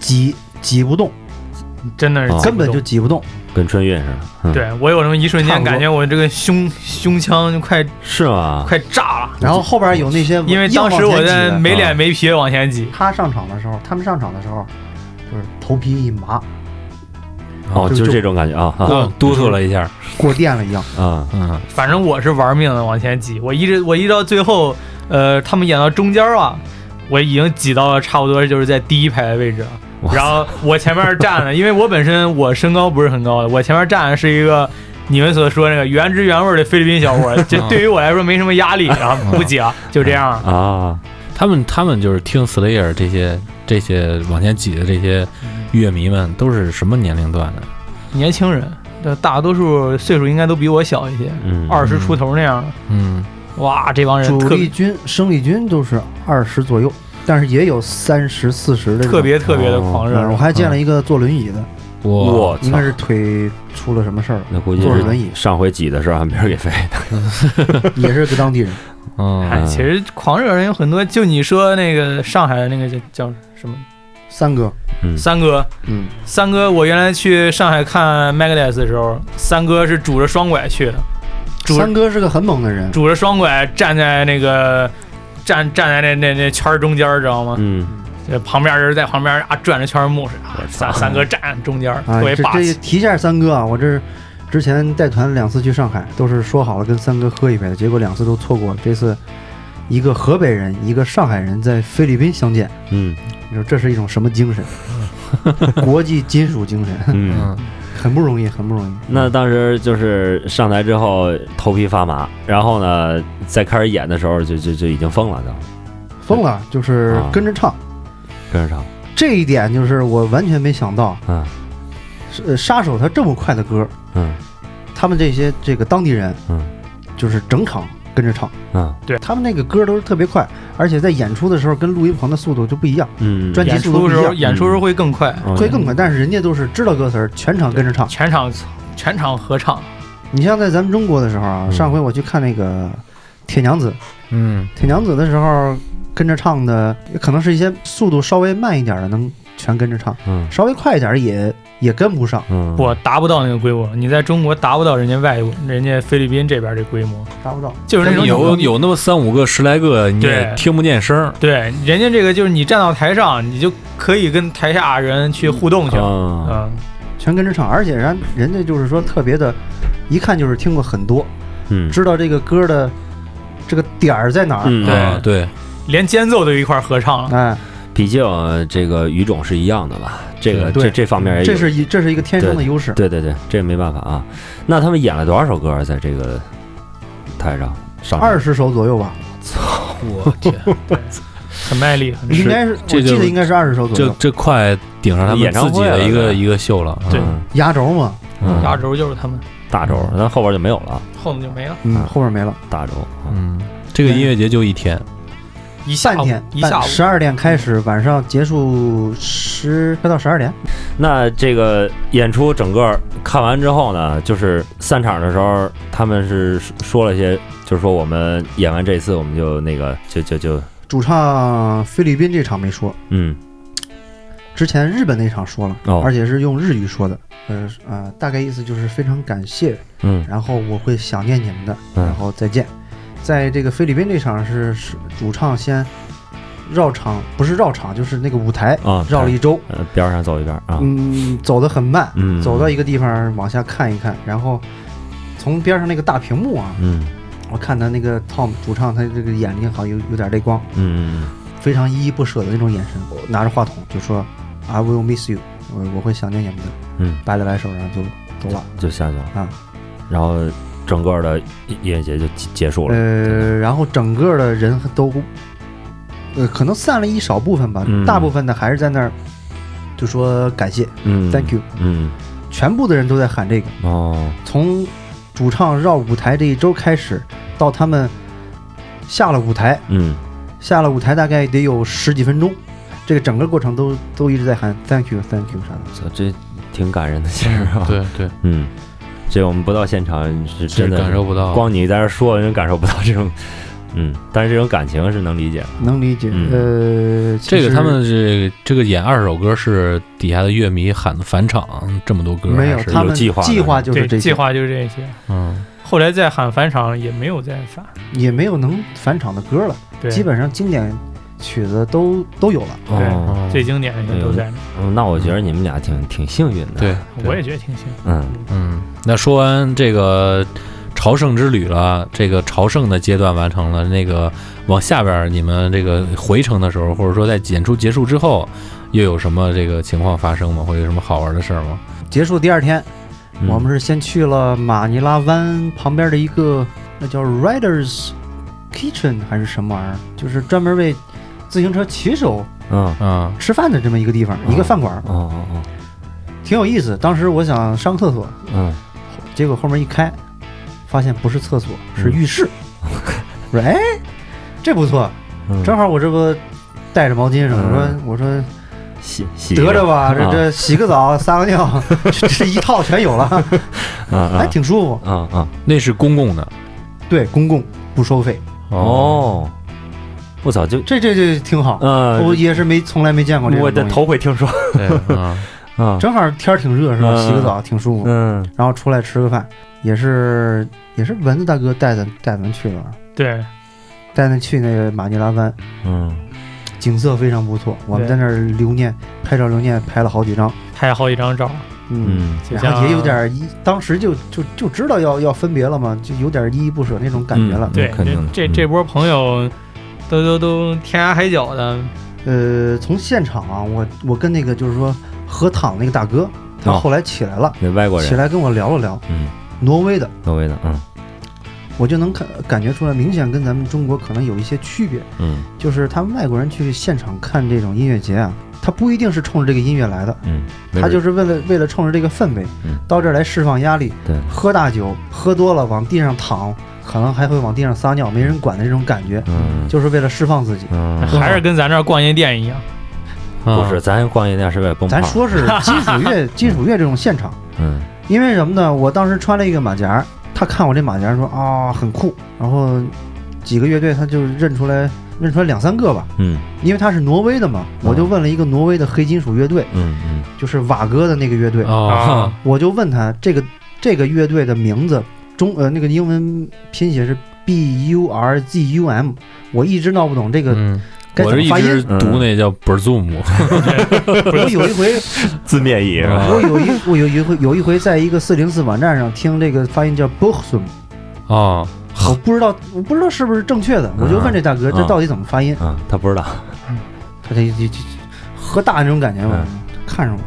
S4: 挤挤不动，
S5: 真的
S3: 哦
S5: 是
S4: 根本就挤不动。
S3: 跟春运似的，嗯、，
S5: 对我有那么一瞬
S4: 差
S5: 间
S4: 不多
S5: 感觉我这个胸胸腔就快
S3: 是吗？
S5: 快炸了，
S4: 然后后边有那些
S5: 因为
S4: 硬
S5: 当
S4: 往
S5: 时
S4: 前
S5: 我
S4: 挤
S5: 在
S4: 的嗯
S5: 没脸没皮地往前挤，
S4: 他上场的时候，他们上场的时候，就是头皮一麻，
S3: 哦，
S4: 就
S3: 就
S4: 就
S3: 这种感觉啊啊
S2: 哆哆嗦了一下，
S4: 过电了一样。
S3: 啊！
S2: 嗯，
S5: 反正我是玩命的往前挤，我一直我一直到最后，呃，他们演到中间儿啊，我已经挤到了差不多就是在第一排的位置了。
S3: 哇
S5: 然后我前面站的，因为我本身我身高不是很高的，我前面站的是一个你们所说那个原汁原味的菲律宾小伙儿，这
S4: 嗯
S5: 对于我来说没什么 压力，然后不挤了，就这样了。
S3: 啊，
S2: 他们他们就是听 Slayer 这些这些往前挤的这些乐迷们都是什么年龄段的？
S4: 嗯
S5: 年轻人，呃大多数岁数应该都比我小一些，
S3: 嗯，
S5: 二十出头那样的。
S2: 嗯，
S5: 哇，这帮人
S4: 主
S5: 哎特别
S4: 力军、生力军都是二十左右，但是也有三十四十的。
S5: 特别特别的狂热
S4: 嗯，我还见了一个坐轮椅的，
S2: 我
S3: 我
S4: 应
S3: 操
S4: 该，是腿出了什么事儿 了，
S3: 那估计
S4: 坐着
S3: 是，
S4: 轮椅
S3: 上回挤的时候还没人给费的，
S4: 也是个当地人。
S2: 嗯
S5: 哎，其实狂热人有很多，就你说那个上海的那个叫叫什么
S4: 三哥，
S3: 嗯
S5: 三哥，
S4: 嗯，
S5: 三哥，我原来去上海看 Megadeth 的时候，三哥是拄着双拐去的，主
S4: 三哥是个很猛的人，
S5: 拄着双拐站在那个站站在那那那圈儿中间儿，知道吗？
S3: 嗯。
S5: 这旁边人在旁边啊转着圈儿目视，啊三三哥站中间儿，
S4: 啊，
S5: 特别
S4: 这
S5: 霸
S4: 这
S5: 气。
S4: 提一下三哥啊，我这之前带团两次去上海，都是说好了跟三哥喝一杯的，结果两次都错过了。这次一个河北人，一个上海人在菲律宾相见，
S3: 嗯
S4: 你说这是一种什么精神？ 国际金属精神，
S3: 嗯，
S2: 嗯，
S4: 很不容易，很不容易。
S3: 那当时就是上台之后头皮发麻，然后呢，在开始演的时候就就就已经疯了，就
S4: 疯了，就是
S3: 啊
S4: 跟着唱。
S3: 跟着唱，
S4: 这一点就是我完全没想到，
S3: 嗯
S4: 是呃杀手他这么快的歌，
S3: 嗯
S4: 他们这些这个当地人，
S3: 嗯，
S4: 就是整场跟着唱。
S3: 嗯
S4: 他们那个歌都是特别快，而且在演出的时候跟录音棚的速度就不一样，
S3: 嗯，
S4: 专辑
S5: 演
S4: 速度
S5: 出
S4: 不
S5: 的
S4: 一
S5: 时候，
S4: 样，嗯
S5: 演出时候会更快，
S3: 哦
S4: 会更快。但是人家都是知道歌词儿，全场跟着
S3: 嗯
S4: 唱。
S5: 全场全场合唱，
S4: 你像在咱们中国的时候啊，
S3: 嗯
S4: 上回我去看那个铁娘子，
S2: 嗯，
S4: 铁娘子的时候跟着唱的，也可能是一些速度稍微慢一点的能全跟着唱，
S3: 嗯
S4: 稍微快一点儿也也跟不上。
S3: 嗯，
S5: 我达不到那个规模。你在中国达不到人家外国，人家菲律宾这边这规模。
S4: 达不到，
S5: 就是那种
S2: 有有那么三五个、十来个，你也
S5: 对
S2: 听不见声儿。
S5: 对，人家这个就是你站到台上，你就可以跟台下人去互动去了。
S3: 嗯
S5: 嗯，
S4: 全跟着唱，而且人人家就是说特别的，一看就是听过很多，
S3: 嗯
S4: 知道这个歌的这个点儿在哪儿，
S3: 嗯
S5: 对
S2: 啊对，
S5: 连间奏都一块儿合唱了。
S4: 哎，
S3: 毕竟呃这个语种是一样的吧？这个
S4: 对
S3: 这这方面也有
S4: 这是一这是一个天生的优势。
S3: 对对对，这没办法啊。那他们演了多少首歌在这个台上？上台
S4: 二十首左右吧，
S2: 我天，
S5: 很卖力，很
S4: 应该是
S2: 这
S4: 我记
S2: 就
S4: 得应该是二十首 左
S2: 这
S4: 右。
S2: 这快顶上他们
S3: 演唱
S2: 自己
S3: 会了
S2: 的一
S3: 对吧
S2: 个一个秀了。
S5: 对
S2: 嗯
S3: 嗯
S4: 压轴嘛，
S3: 嗯
S5: 压轴就是他们，
S3: 大轴，那后边就没有了。
S5: 后面就没了，
S4: 嗯
S3: 啊，
S4: 后面没了，
S3: 大轴，嗯
S2: 嗯，这个音乐节就一天，
S5: 一下
S4: 半
S5: 午
S4: 天，
S5: 一下午
S4: 十二点开始，晚上结束十快到十二点。
S3: 那这个演出整个看完之后呢，就是散场的时候，他们是说了些，就是说我们演完这次，我们就那个，就就就，
S4: 主唱菲律宾这场没说，
S3: 嗯，
S4: 之前日本那场说了，
S3: 哦
S4: 而且是用日语说的。呃呃，大概意思就是非常感谢，
S3: 嗯
S4: 然后我会想念你们的，
S3: 嗯
S4: 然后再见。在这个菲律宾这场是是主唱先绕场，不是绕场，就是那个舞台
S3: 啊，
S4: 绕了一周，
S3: 呃边儿上走一边儿啊，
S4: 嗯，走得很慢，
S3: 嗯，
S4: 走到一个地方往下看一看，然后从边上那个大屏幕啊，
S3: 嗯，
S4: 我看他那个 Tom 主唱，他这个眼睛好像有有点泪光，
S3: 嗯嗯
S4: 非常依依不舍的那种眼神，
S3: 哦
S4: 我拿着话筒就说 I will miss you，我我会想念你们的，
S3: 嗯，
S4: 摆了摆手，然后就走了。
S3: 嗯，就下去了
S4: 啊，
S3: 然后整个的音乐节就结结束了，
S4: 呃，然后整个的人都，呃，可能散了一少部分吧，
S3: 嗯
S4: 大部分的还是在那儿，就说感谢
S3: 嗯
S4: ，Thank you，
S3: 嗯，
S4: 全部的人都在喊这个。
S3: 哦，
S4: 从主唱绕舞台这一周开始，到他们下了舞台，
S3: 嗯，
S4: 下了舞台大概得有十几分钟，这个整个过程都都一直在喊 Thank you，Thank you 啥的。
S3: 这这挺感人的其实啊，
S2: 对对，
S3: 嗯，这我们不到现场是
S2: 其实
S3: 真的
S2: 感受不到。
S3: 光你在这说，人感受不到这种，嗯，但是这种感情是能理解的。
S4: 能理解。呃，其
S2: 这个
S4: 实
S2: 他们这个这个演二首歌是底下的乐迷喊的返场，这么多歌
S4: 没有，
S2: 还是
S4: 他们
S3: 有计划的
S4: 就
S5: 对
S4: 是这些，
S5: 计划就是这些。
S2: 嗯，
S5: 后来再喊返场也没有再返，
S4: 也没有能返场的歌了，
S5: 对，
S4: 基本上经典曲子都都有了。
S5: 对
S3: 哦
S2: 哦
S5: 最经典的也都在那。
S3: 嗯那我觉得你们俩挺挺幸运的。
S2: 对，
S5: 我也觉得挺幸运。
S3: 嗯，
S2: 嗯，那说完这个朝圣之旅了，这个朝圣的阶段完成了，那个往下边儿你们这个回程的时候，或者说在演出结束之后，又有什么这个情况发生吗？会有什么好玩的事儿吗？
S4: 结束第二天，
S3: 嗯
S4: 我们是先去了马尼拉湾旁边的一个，那叫 Riders Kitchen 还是什么玩意儿，就是专门为自行车骑手
S3: 嗯
S2: 啊、
S4: 吃饭的这么一个地方，
S3: 哦
S4: 一个饭馆儿
S3: 哦，哦
S4: 挺有意思。当时我想上厕所，
S3: 哦，嗯
S4: 结果后面一开，发现不是厕所，是浴室。我说哎，这不错，
S3: 嗯，
S4: 正好我这不带着毛巾什么
S3: 嗯，
S4: 我说我说
S3: 洗洗
S4: 得着吧，这
S3: 啊
S4: 这洗个澡、撒个尿， 这这一套全有了，
S3: 啊
S4: 还
S3: 啊
S4: 挺舒服。
S3: 啊啊
S2: 那是公共的
S4: 对，公共不收费，
S3: 哦，我操，就
S4: 这这这挺好。
S3: 呃，
S4: 我也是没从来没见过这
S3: 我
S4: 种
S3: 的
S4: 东西。
S3: 头回听说
S2: 对啊，
S3: 啊，
S4: 正好天儿挺热是吧？
S3: 嗯
S4: 洗个澡挺舒服，
S3: 嗯
S4: 然后出来吃个饭，也是也是蚊子大哥带咱带咱去的，
S5: 对，
S4: 带咱去那个马尼拉湾，
S3: 嗯
S4: 景色非常不错。我们
S5: 对
S4: 在那儿留念拍照留念拍了好几张，
S5: 拍了好几张照，
S4: 嗯。
S3: 嗯
S5: 就
S4: 然后也有
S5: 像
S4: 点依，当时就就就知道要要分别了嘛，就有点依依不舍那种感觉了。
S5: 对
S3: 肯定的
S5: 这
S3: 嗯
S5: 这波朋友都都都天涯海角的，
S3: 嗯
S4: 呃，从现场啊，我我跟那个就是说河躺那个大哥，他
S3: 哦
S4: 后来起来了，
S3: 那外国
S4: 起
S3: 人，
S4: 来跟我聊了聊，
S3: 嗯，
S4: 挪威的，
S3: 挪威的，嗯
S4: 我就能感感觉出来，明显跟咱们中国可能有一些区别，
S3: 嗯
S4: 就是他们外国人去现场看这种音乐节啊，他不一定是冲着这个音乐来的，
S3: 嗯，没
S4: 他
S3: 准
S4: 就是为了为了冲着这个氛围
S3: 嗯，
S4: 到这儿来释放压力，
S3: 对
S4: 喝大酒，喝多了往地上躺，可能还会往地上撒尿，没人管的这种感觉，
S3: 嗯
S4: 就是哎为了释放自己。
S3: 嗯，
S5: 还是跟咱这儿逛夜店一样。
S2: 啊
S3: 不是，咱逛夜店是为了崩
S4: 咱
S3: 盘，
S4: 说是基础乐基础乐这种现场。
S3: 嗯
S4: 因为什么呢？我当时穿了一个马甲，他看我这马甲说啊、很酷，然后几个乐队他就认出来认出来两三个吧，
S3: 嗯
S4: 因为他是挪威的嘛，
S3: 嗯
S4: 我就问了一个挪威的黑金属乐队，
S3: 嗯嗯，
S4: 就是瓦哥的那个乐队，
S5: 啊
S3: 啊
S2: 哦，
S4: 我就问他这个这个乐队的名字中呃那个英文拼写是 B U R Z U M，我一直闹不懂这个
S2: 嗯，
S4: 该
S2: 我
S4: 怎
S2: 是
S4: 么
S2: 一
S4: 发
S2: 直
S4: 音。
S2: 读那叫 Burzum，
S4: 我有一回
S3: 字面意是吧？
S4: 我有一我有一回有一回在一个四零四网站上听这个发音叫 Bochum，
S2: 哦，
S4: 我不知道我不知道是不是正确的，我就问这大哥
S3: 嗯
S4: 这到底怎么发音，
S3: 嗯，他不知道，
S4: 他这这这喝大那种感觉嘛，看着我，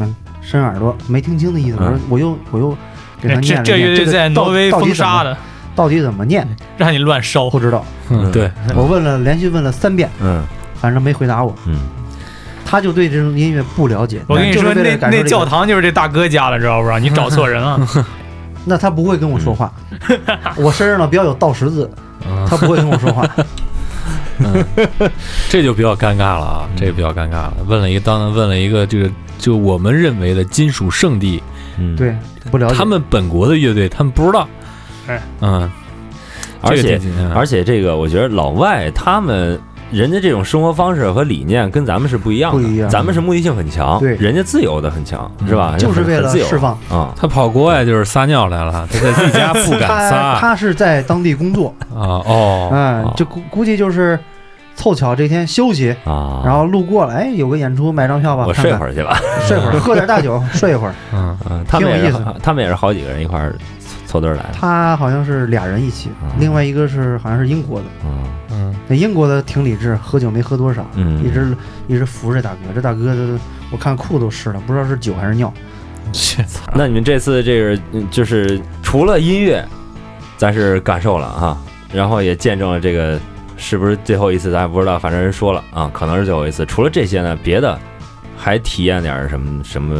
S4: 嗯，伸耳朵没听清的意思，我说我又我又给他念
S5: 这
S4: 了
S5: 这乐
S4: 念
S5: 队
S4: 个
S5: 在
S4: 到
S5: 挪威
S4: 到底
S5: 封
S4: 怎么
S5: 杀的，
S4: 到底怎么念
S5: 让你 乱烧。
S4: 不知道，
S2: 嗯，对，
S4: 我问了连续问了三遍，
S3: 嗯
S4: 反正没回答我，
S3: 嗯，
S4: 他就对这种音乐不了解，
S5: 我跟你
S4: 就是为
S5: 说，
S4: 了
S5: 那
S4: 感受
S5: 那
S4: 这个
S5: 教堂就是这大哥家了，知道不知道？你找错人了。
S4: 那他不会跟我说话，
S5: 嗯
S4: 我身上呢比较有倒十字，
S2: 嗯
S4: 他不会跟我说话。
S2: 这就比较尴尬了啊，这个比较尴尬了。问了一个，当然问了一个，这个就我们认为的金属圣地，
S3: 嗯，
S4: 对，不了解
S2: 他们本国的乐队，他们不知道。
S5: 哎，
S2: 嗯，
S3: 而且而
S2: 且
S3: 且这个，我觉得老外他们人家这种生活方式和理念跟咱们是不一样的，
S4: 不一样
S3: 咱们是目的性很强，
S4: 对
S3: 人家自由的很强，
S2: 嗯
S3: 是吧？
S4: 就是为了
S3: 很自由
S4: 释放。
S3: 啊，
S2: 他跑国外就是撒尿来了，他在自己家不敢撒
S4: 他
S2: 啊
S4: 他是在当地工作，
S2: 哦，
S4: 嗯
S2: 哦，
S4: 就估估计就是凑巧这天休息，
S3: 啊，
S4: 然后路过了，哎，有个演出，买张票吧，
S3: 我
S4: 看
S3: 睡
S4: 看
S3: 会，儿去吧。
S4: 睡会儿，喝点大酒，睡一会儿。
S2: 嗯
S3: 嗯，他们
S4: 挺有
S3: 也是
S4: 意思的，
S3: 他们也是好几个人一块儿凑凑堆儿来的。
S4: 他好像是俩人一起
S3: 嗯，
S4: 另外一个是好像是英国的，
S3: 嗯
S2: 嗯，
S4: 那英国的挺理智，喝酒没喝多少，
S3: 嗯，
S4: 一直一直扶着大哥，这大哥这我看裤都湿了，不知道是酒还是尿。
S2: 切
S3: 那你们这次这个嗯就是除了音乐，咱是感受了啊，然后也见证了这个是不是最后一次，咱也不知道，反正人说了啊，可能是最后一次。除了这些呢，别的还体验点儿什么什么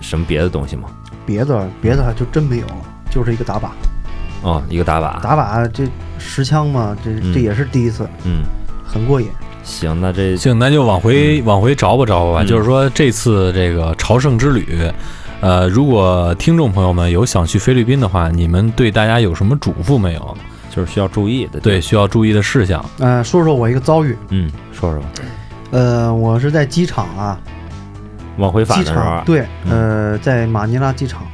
S3: 什么别的东西吗？
S4: 别的别的就真没有了，就是一个打靶，
S3: 哦，一个打靶，
S4: 打靶这十枪嘛，这
S3: 嗯
S4: 这也是第一次，
S3: 嗯，
S4: 很过瘾。
S3: 行，那这
S2: 行，那就往回
S4: 嗯
S2: 往回找吧找吧吧。
S3: 嗯
S2: 就是说，这次这个朝圣之旅，呃，如果听众朋友们有想去菲律宾的话，你们对大家有什么嘱咐没有？
S3: 就是需要注意的。
S2: 对，，需要注意的事项。
S4: 嗯，说说我一个遭遇，
S3: 嗯，说说吧，
S4: 呃，我是在机场啊，
S3: 往回返
S4: 机
S3: 的时候
S4: 场
S3: 啊，
S4: 对，呃，在马尼拉机场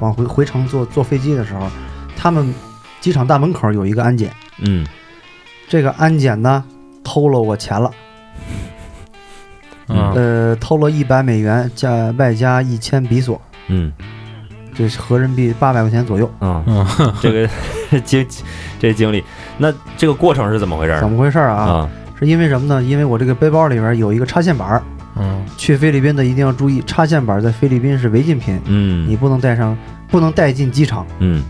S4: 往回回程坐坐飞机的时候，他们机场大门口有一个安检，
S3: 嗯，
S4: 这个安检呢偷了我钱了，
S2: 嗯
S3: 啊
S4: 呃，偷了一百美元加外加一千比索，
S3: 嗯
S4: 这是合人民币八百块钱左右。
S3: 嗯，
S2: 嗯，
S3: 这个 经这经历，那这个过程是怎么回事儿
S4: 怎么回事儿啊？
S3: 啊？
S4: 是因为什么呢？因为我这个背包里边有一个插线板儿，
S2: 嗯
S4: 去菲律宾的一定要注意，插线板在菲律宾是违禁品，你
S3: 嗯
S4: 不能带上，不能带进机场，
S3: 嗯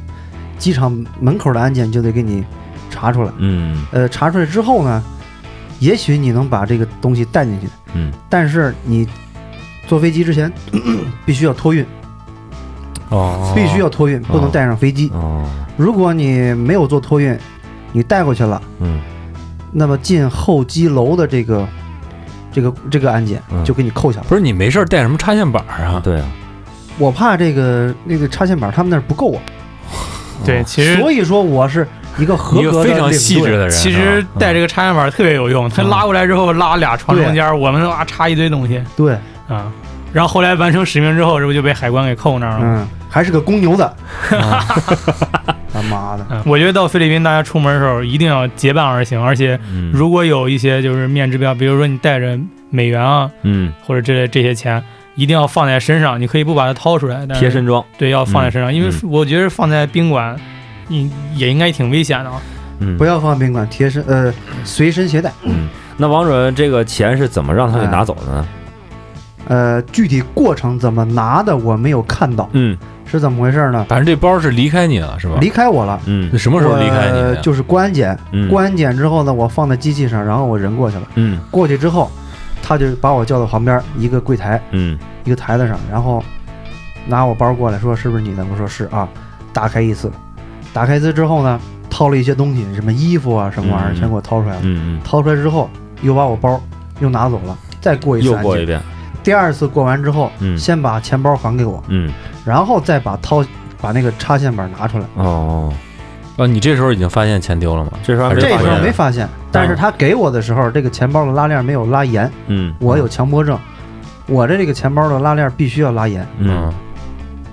S4: 机场门口的安检就得给你查出来。
S3: 嗯
S4: 呃，查出来之后呢，也许你能把这个东西带进去，
S3: 嗯，
S4: 但是你坐飞机之前 必须要托运，
S2: 哦，
S4: 必须要托运，不能带上飞机。
S3: 哦，
S4: 如果你没有做托运，你带过去了，
S3: 嗯
S4: 那么进候机楼的这个这个这个安检
S3: 嗯
S4: 就给你扣下了。
S2: 不是你没事儿带什么插线板儿啊？
S3: 对啊，
S4: 我怕这个那个插线板他们那儿不够啊，
S5: 对，其实
S4: 所以说我是一个合
S2: 一
S4: 格
S2: 个
S4: 的
S2: 非常
S4: 领
S2: 细致
S4: 队
S2: 的人，
S5: 其
S2: 是
S5: 实
S2: 吧
S5: 带这个插线板特别有用，他
S2: 嗯
S5: 拉过来之后拉俩床中间，我们啊插一堆东西
S4: 对，
S5: 啊。然后后来完成使命之后，这不就被海关给扣那儿了吗？
S4: 嗯，还是个公 牛的，他妈的，
S5: 嗯我觉得到菲律宾，大家出门的时候一定要结伴而行，而且
S3: 嗯
S5: 如果有一些就是面值标，比如说你带着美元啊
S3: 嗯
S5: 或者这类这些钱，一定要放在身上，你可以不把它掏出来，但是
S3: 贴身装，
S5: 对要放在身上，因为
S3: 嗯
S5: 我觉得放在宾馆，你也应该挺危险的啊。
S3: 嗯
S4: 不要放宾馆贴身呃随身携带，
S3: 嗯，那王主任这个钱是怎么让他给拿走的呢？
S4: 呃，具体过程怎么拿的我没有看到，
S3: 嗯
S4: 是怎么回事呢？
S2: 反正这包是离开你了，是吧？
S4: 离开我了，
S2: 那
S3: 嗯
S2: 什么时候离开你
S4: 我
S2: 的呀？
S4: 就是过安检，
S3: 嗯
S4: 过安检之后呢，我放在机器上，然后我人过去了，
S3: 嗯
S4: 过去之后，他就把我叫到旁边一个柜台，
S3: 嗯
S4: 一个台子上，然后拿我包过来说：“是不是你的？”我说：“是啊。”打开一次，打开一次之后呢，掏了一些东西，什么衣服啊，什么玩意儿，
S3: 嗯
S4: 全给我掏出来了。
S3: 嗯
S4: 掏出来之后，又把我包又拿走了。再过
S3: 嗯，
S4: 一次
S3: 又
S4: 安检，
S3: 过一遍，
S4: 第二次过完之后，
S3: 嗯
S4: 先把钱包还给我，
S3: 嗯
S4: 然后再把掏把那个插线板拿出来。
S3: 哦，
S2: 啊，你这时候已经发现钱丢了吗？
S3: 这时候还
S2: 还
S3: 没
S2: 是
S4: 这时
S3: 发
S4: 候
S3: 现
S4: 没发现，但是他给我的时候，这个钱包的拉链没有拉严，
S3: 嗯，
S4: 我有强迫症，我的这个钱包的拉链必须要拉严。
S3: 嗯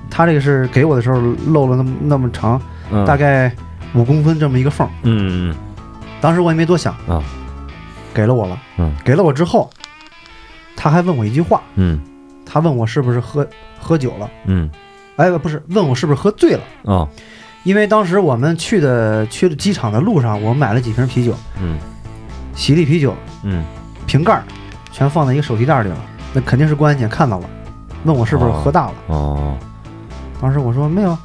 S4: 他这个是给我的时候漏了那么那么长，
S3: 嗯
S4: 大概五公分这么一个缝儿。
S3: 嗯嗯
S4: 当时我也没多想
S3: 啊，
S4: 给了我了，
S3: 嗯，
S4: 给了我之后，他还问我一句话，
S3: 嗯
S4: 他问我是不是喝喝酒了，
S3: 嗯
S4: 哎，不是，问我是不是喝醉了，
S3: 哦
S4: 因为当时我们去的去的机场的路上，我买了几瓶啤酒，
S3: 嗯
S4: 喜力啤酒，
S3: 嗯
S4: 瓶盖儿全放在一个手提袋里了，那肯定是公安检看到了，问我是不是喝大了。
S3: 哦，
S4: 当时我说没有啊，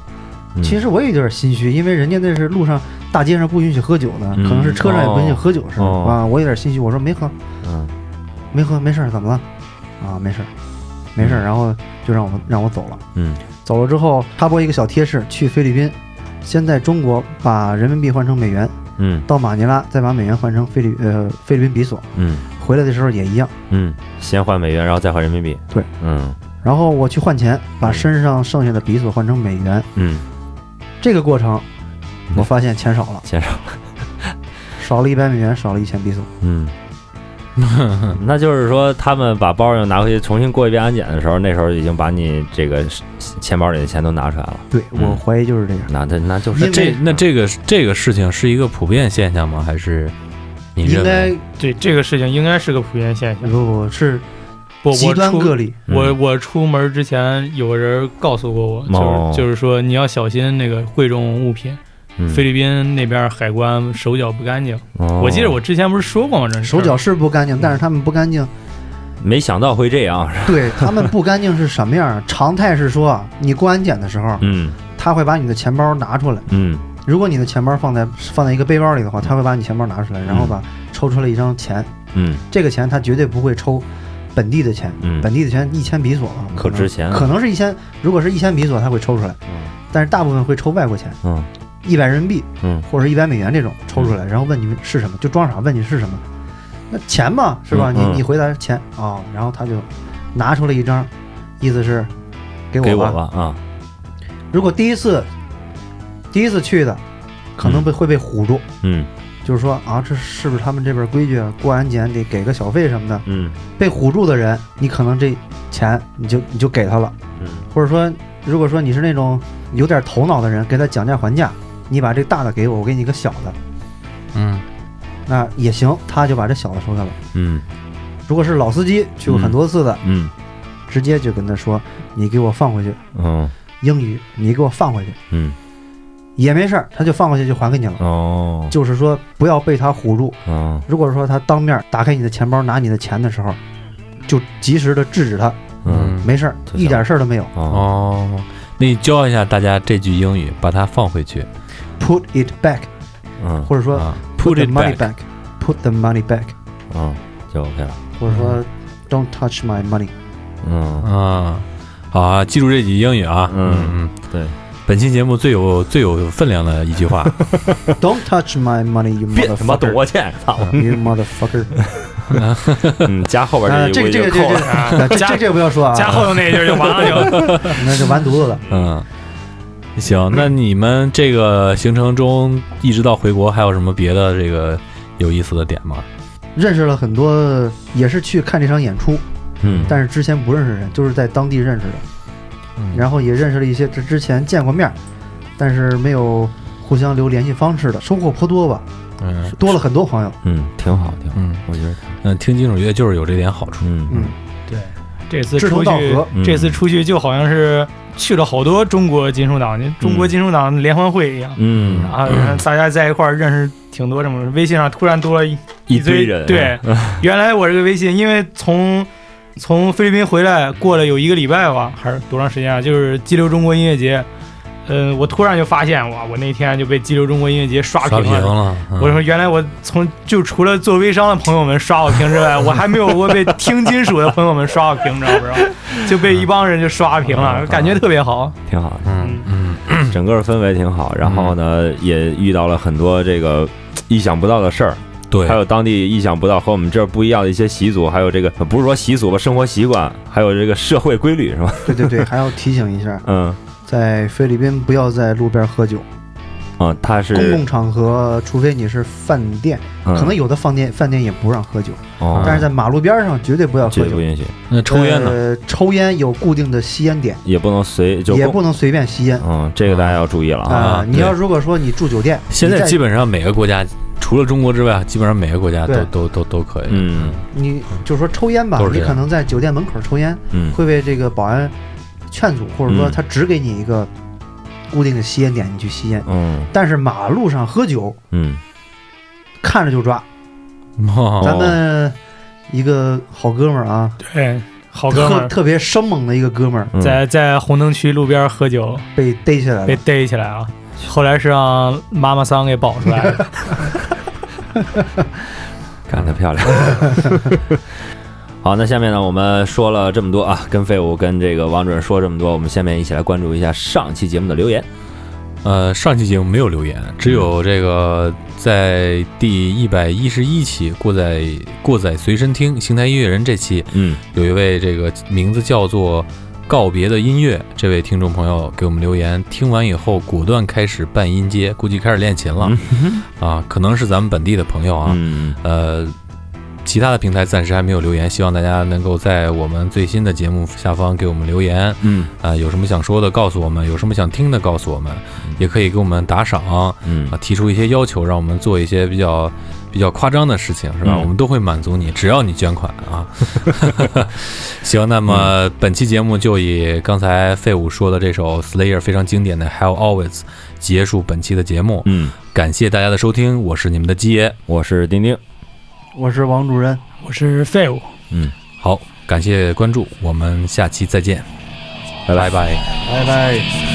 S3: 嗯
S4: 其实我也有点心虚，因为人家那是路上大街上不允许喝酒的，
S2: 嗯
S4: 可能是车上也不允许喝酒是吧？
S3: 哦
S4: 啊，我有点心虚，我说没喝，
S3: 嗯
S4: 没喝，没事儿，怎么了？啊，没事儿，没事儿，然后就让我让我走了。
S3: 嗯，
S4: 走了之后插播一个小贴士：去菲律宾，先在中国把人民币换成美元，
S3: 嗯
S4: 到马尼拉再把美元换成菲律呃菲律宾比索，
S3: 嗯
S4: 回来的时候也一样。
S3: 嗯，先换美元，然后再换人民币。
S4: 对，
S3: 嗯
S4: 然后我去换钱，把身上剩下的比索换成美元，
S3: 嗯，
S4: 这个过程
S3: 嗯
S4: 我发现钱少了，
S3: 先生，
S4: 少了一百美元，少了一千比索。
S3: 嗯。 那就是说，他们把包又拿回去重新过一遍安检的时候，那时候已经把你这个钱包里的钱都拿出来了。
S4: 对
S3: 嗯
S4: 我怀疑就是这样。
S3: 那他那就
S2: 那
S3: 是
S2: 这那这个这个事情是一个普遍现象吗？还是你
S4: 应
S2: 认
S4: 该
S2: 为？
S5: 对这个事情应该是个普遍现
S4: 不
S5: 象。
S4: 不是
S5: 我
S4: 极
S5: 我
S4: 端个
S5: 出
S4: 例，
S3: 嗯
S5: 我我出门之前有个人告诉过我，
S3: 哦
S5: 就是就是说你要小心那个贵重物品，
S3: 嗯
S5: 菲律宾那边海关手脚不干净。
S3: 哦
S5: 我记得我之前不是说过吗？这事儿
S4: 手脚是不干净，但是他们不干净，
S3: 没想到会这样，
S4: 对他们不干净是什么样儿？常态是说啊，你过安检的时候，
S3: 嗯
S4: 他会把你的钱包拿出来。
S3: 嗯
S4: 如果你的钱包放在放在一个背包里的话，他会把你钱包拿出来，然后把抽出来一张钱，
S3: 嗯
S4: 这个钱他绝对不会抽本地的钱，
S3: 嗯
S4: 本地的钱一千比索啊，
S3: 可值钱啊
S4: 可能是一千，如果是一千比索他会抽出来，
S3: 嗯
S4: 但是大部分会抽外国钱，
S3: 嗯
S4: 一百人民币，
S3: 嗯，
S4: 或者一百美元这种抽出来，然后问你们是什么，就装傻问你是什么，那钱嘛是吧？
S3: 嗯
S4: 你
S3: 嗯
S4: 你回答钱啊、哦然后他就拿出了一张，意思是给我
S3: 给我
S4: 吧
S3: 吧啊，
S4: 如果第一次第一次去的，可能被、会被唬住，
S3: 嗯
S4: 就是说啊，这是不是他们这边规矩啊？过安检得给个小费什么的。
S3: 嗯
S4: 被唬住的人，你可能这钱你就你就给他了，
S3: 嗯
S4: 或者说，如果说你是那种有点头脑的人，给他讲价还价，你把这大的给我，我给你个小的，
S2: 嗯，
S4: 那也行，他就把这小的收下了。
S3: 嗯
S4: 如果是老司机，去过很多次的，
S3: 嗯
S4: 直接就跟他说：“你给我放回去。
S3: 嗯”
S4: 英语，你给我放回去
S3: 嗯
S4: 也没事儿，他就放回去就还给你了。
S3: 哦
S4: 就是说，不要被他唬住。
S3: 嗯
S4: 如果说他当面打开你的钱包拿你的钱的时候，就及时的制止他，
S3: 嗯
S4: 没事儿，
S3: 就行
S4: 一点事儿都没有。
S3: 哦
S2: 哦，那你教一下大家这句英语，把它放回去
S4: Put it back，
S3: 嗯
S4: 或者说
S2: 啊，put
S4: the
S2: it
S4: money
S2: back。
S4: back，put the money back，
S3: 嗯就 OK 了，
S4: 或者说 Don't touch my money。
S3: 嗯
S2: 啊，好啊，记住这句英语啊。
S3: 嗯
S2: 嗯，
S3: 对，
S2: 本期节目最有最有分量的一句话，
S4: Don't touch my money，you
S3: 别他妈躲啊
S4: motherfucker。
S3: 我去，操，
S4: You motherfucker！
S3: 嗯加后边
S4: 啊，
S3: 这
S4: 这
S3: 一
S4: 个这
S3: 句
S4: 个
S3: 就
S4: 这
S3: 扣
S4: 个
S3: 了，
S4: 这个这这这个不要说啊，
S5: 加后头那一句就完了， 就
S4: 那就完犊子了。
S2: 嗯，行，那你们这个行程中一直到回国，还有什么别的这个有意思的点吗？
S4: 认识了很多，也是去看这场演出，
S3: 嗯
S4: 但是之前不认识人，就是在当地认识的，
S2: 嗯
S4: 然后也认识了一些之之前见过面儿，但是没有互相留联系方式的，收获颇多吧，
S2: 嗯
S4: 多了很多朋友。
S3: 嗯挺好挺好，
S2: 嗯
S3: 我觉得挺好
S2: 嗯，听金属乐就是有这点好处。
S3: 嗯
S4: 嗯，
S5: 对。这次
S4: 志同
S5: 出
S4: 道
S5: 去
S4: 合，
S3: 嗯
S5: 这次出去就好像是去了好多中国金属党，中国金属党联欢会一样。
S3: 嗯
S5: 啊，大家在一块儿认识挺多这么，微信上突然多了一
S3: 一
S5: 堆
S3: 堆人
S5: 对，原来我这个微信，因为从从菲律宾回来过了有一个礼拜吧，还是多长时间啊？就是激流中国音乐节，呃，我突然就发现哇，我那天就被激流中国音乐节刷
S2: 刷
S5: 屏
S2: 屏
S5: 了。
S2: 了，嗯
S5: 我说，原来我从就除了做微商的朋友们刷我屏之外，我还没有过被听金属的朋友们刷我屏，知道不知道？就被一帮人就刷屏了，感觉特别好。
S3: 挺好，
S2: 嗯嗯
S3: 整个氛围挺好，然后呢也遇到了很多这个意想不到的事儿，
S2: 对
S3: 还，有当地意想不到和我们这儿不一样的一些习俗，还有这个不是说习俗吧，生活习惯，还有这个社会规律是吧？
S4: 对对对，还要提醒 一下，
S3: 嗯
S4: 在菲律宾不要在路边喝酒，
S3: 嗯，他是
S4: 公共场合，除非你是饭店，
S3: 嗯
S4: 可能有的饭店饭店也不让喝酒，
S2: 嗯
S3: 哦，
S4: 但是在马路边上绝对不要
S3: 绝
S4: 喝
S3: 对不
S4: 酒。
S3: 允许，
S2: 那抽烟呢？
S4: 呃，抽烟有固定的吸烟点，
S3: 也不能随就
S4: 也
S3: 公
S4: 不能随便吸烟。
S3: 嗯，这个大家要注意了啊。
S4: 啊、
S2: 啊
S4: 你要如果说你住酒店，
S2: 现
S4: 你
S2: 在
S4: 在
S2: 基本上每个国家，除了中国之外，基本上每个国家都
S4: 对
S2: 都都都可以。
S3: 嗯
S4: 你就说抽烟吧
S2: 都，是这
S4: 你
S2: 样
S4: 可能在酒店门口抽烟，
S3: 嗯
S4: 会被这个保安劝阻，或者说
S3: 嗯
S4: 他只给你一个固定的吸烟点，你去吸烟。
S3: 嗯
S4: 但是马路上喝酒，
S3: 嗯，
S4: 看着就抓。
S2: 哦
S4: 咱们一个好哥们儿啊，
S6: 对，好哥们
S4: 特
S6: 儿
S4: 特别生猛的一个哥们儿
S3: 嗯
S6: 在在红灯区路边喝酒
S4: 被逮起来
S6: 被
S4: 了，
S6: 逮起来了，后来是让妈妈桑给保出来的。
S3: 干得漂亮。 好，那下面呢，我们说了这么多啊，跟废物跟这个王主任说这么多，我们下面一起来关注一下上期节目的留言。
S2: 呃，上期节目没有留言，只有这个在第一百一十一期过载过载随身听邢台音乐人这期，
S3: 嗯，
S2: 有一位这个名字叫做告别的音乐这位听众朋友给我们留言，听完以后果断开始半音阶，估计开始练琴了、啊，可能是咱们本地的朋友啊，
S3: 嗯，
S2: 呃，其他的平台暂时还没有留言，希望大家能够在我们最新的节目下方给我们留言啊、
S3: 嗯
S2: 有什么想说的告诉我们，有什么想听的告诉我们，也可以给我们打赏啊、
S3: 嗯，
S2: 提出一些要求，让我们做一些比较比较夸张的事情，是吧？
S3: 嗯
S2: 我们都会满足你，只要你捐款啊。 行，那么本期节目就以刚才废物说的这首 Slayer 非常经典的《Hell Always》结束本期的节目，
S3: 嗯，
S2: 感谢大家的收听，我是你们的鸡爷。
S3: 我是丁丁，
S4: 我是王主任。
S6: 我是废物。
S2: 好，感谢关注，我们下期再见，
S3: 拜拜
S2: 拜拜
S4: 拜拜。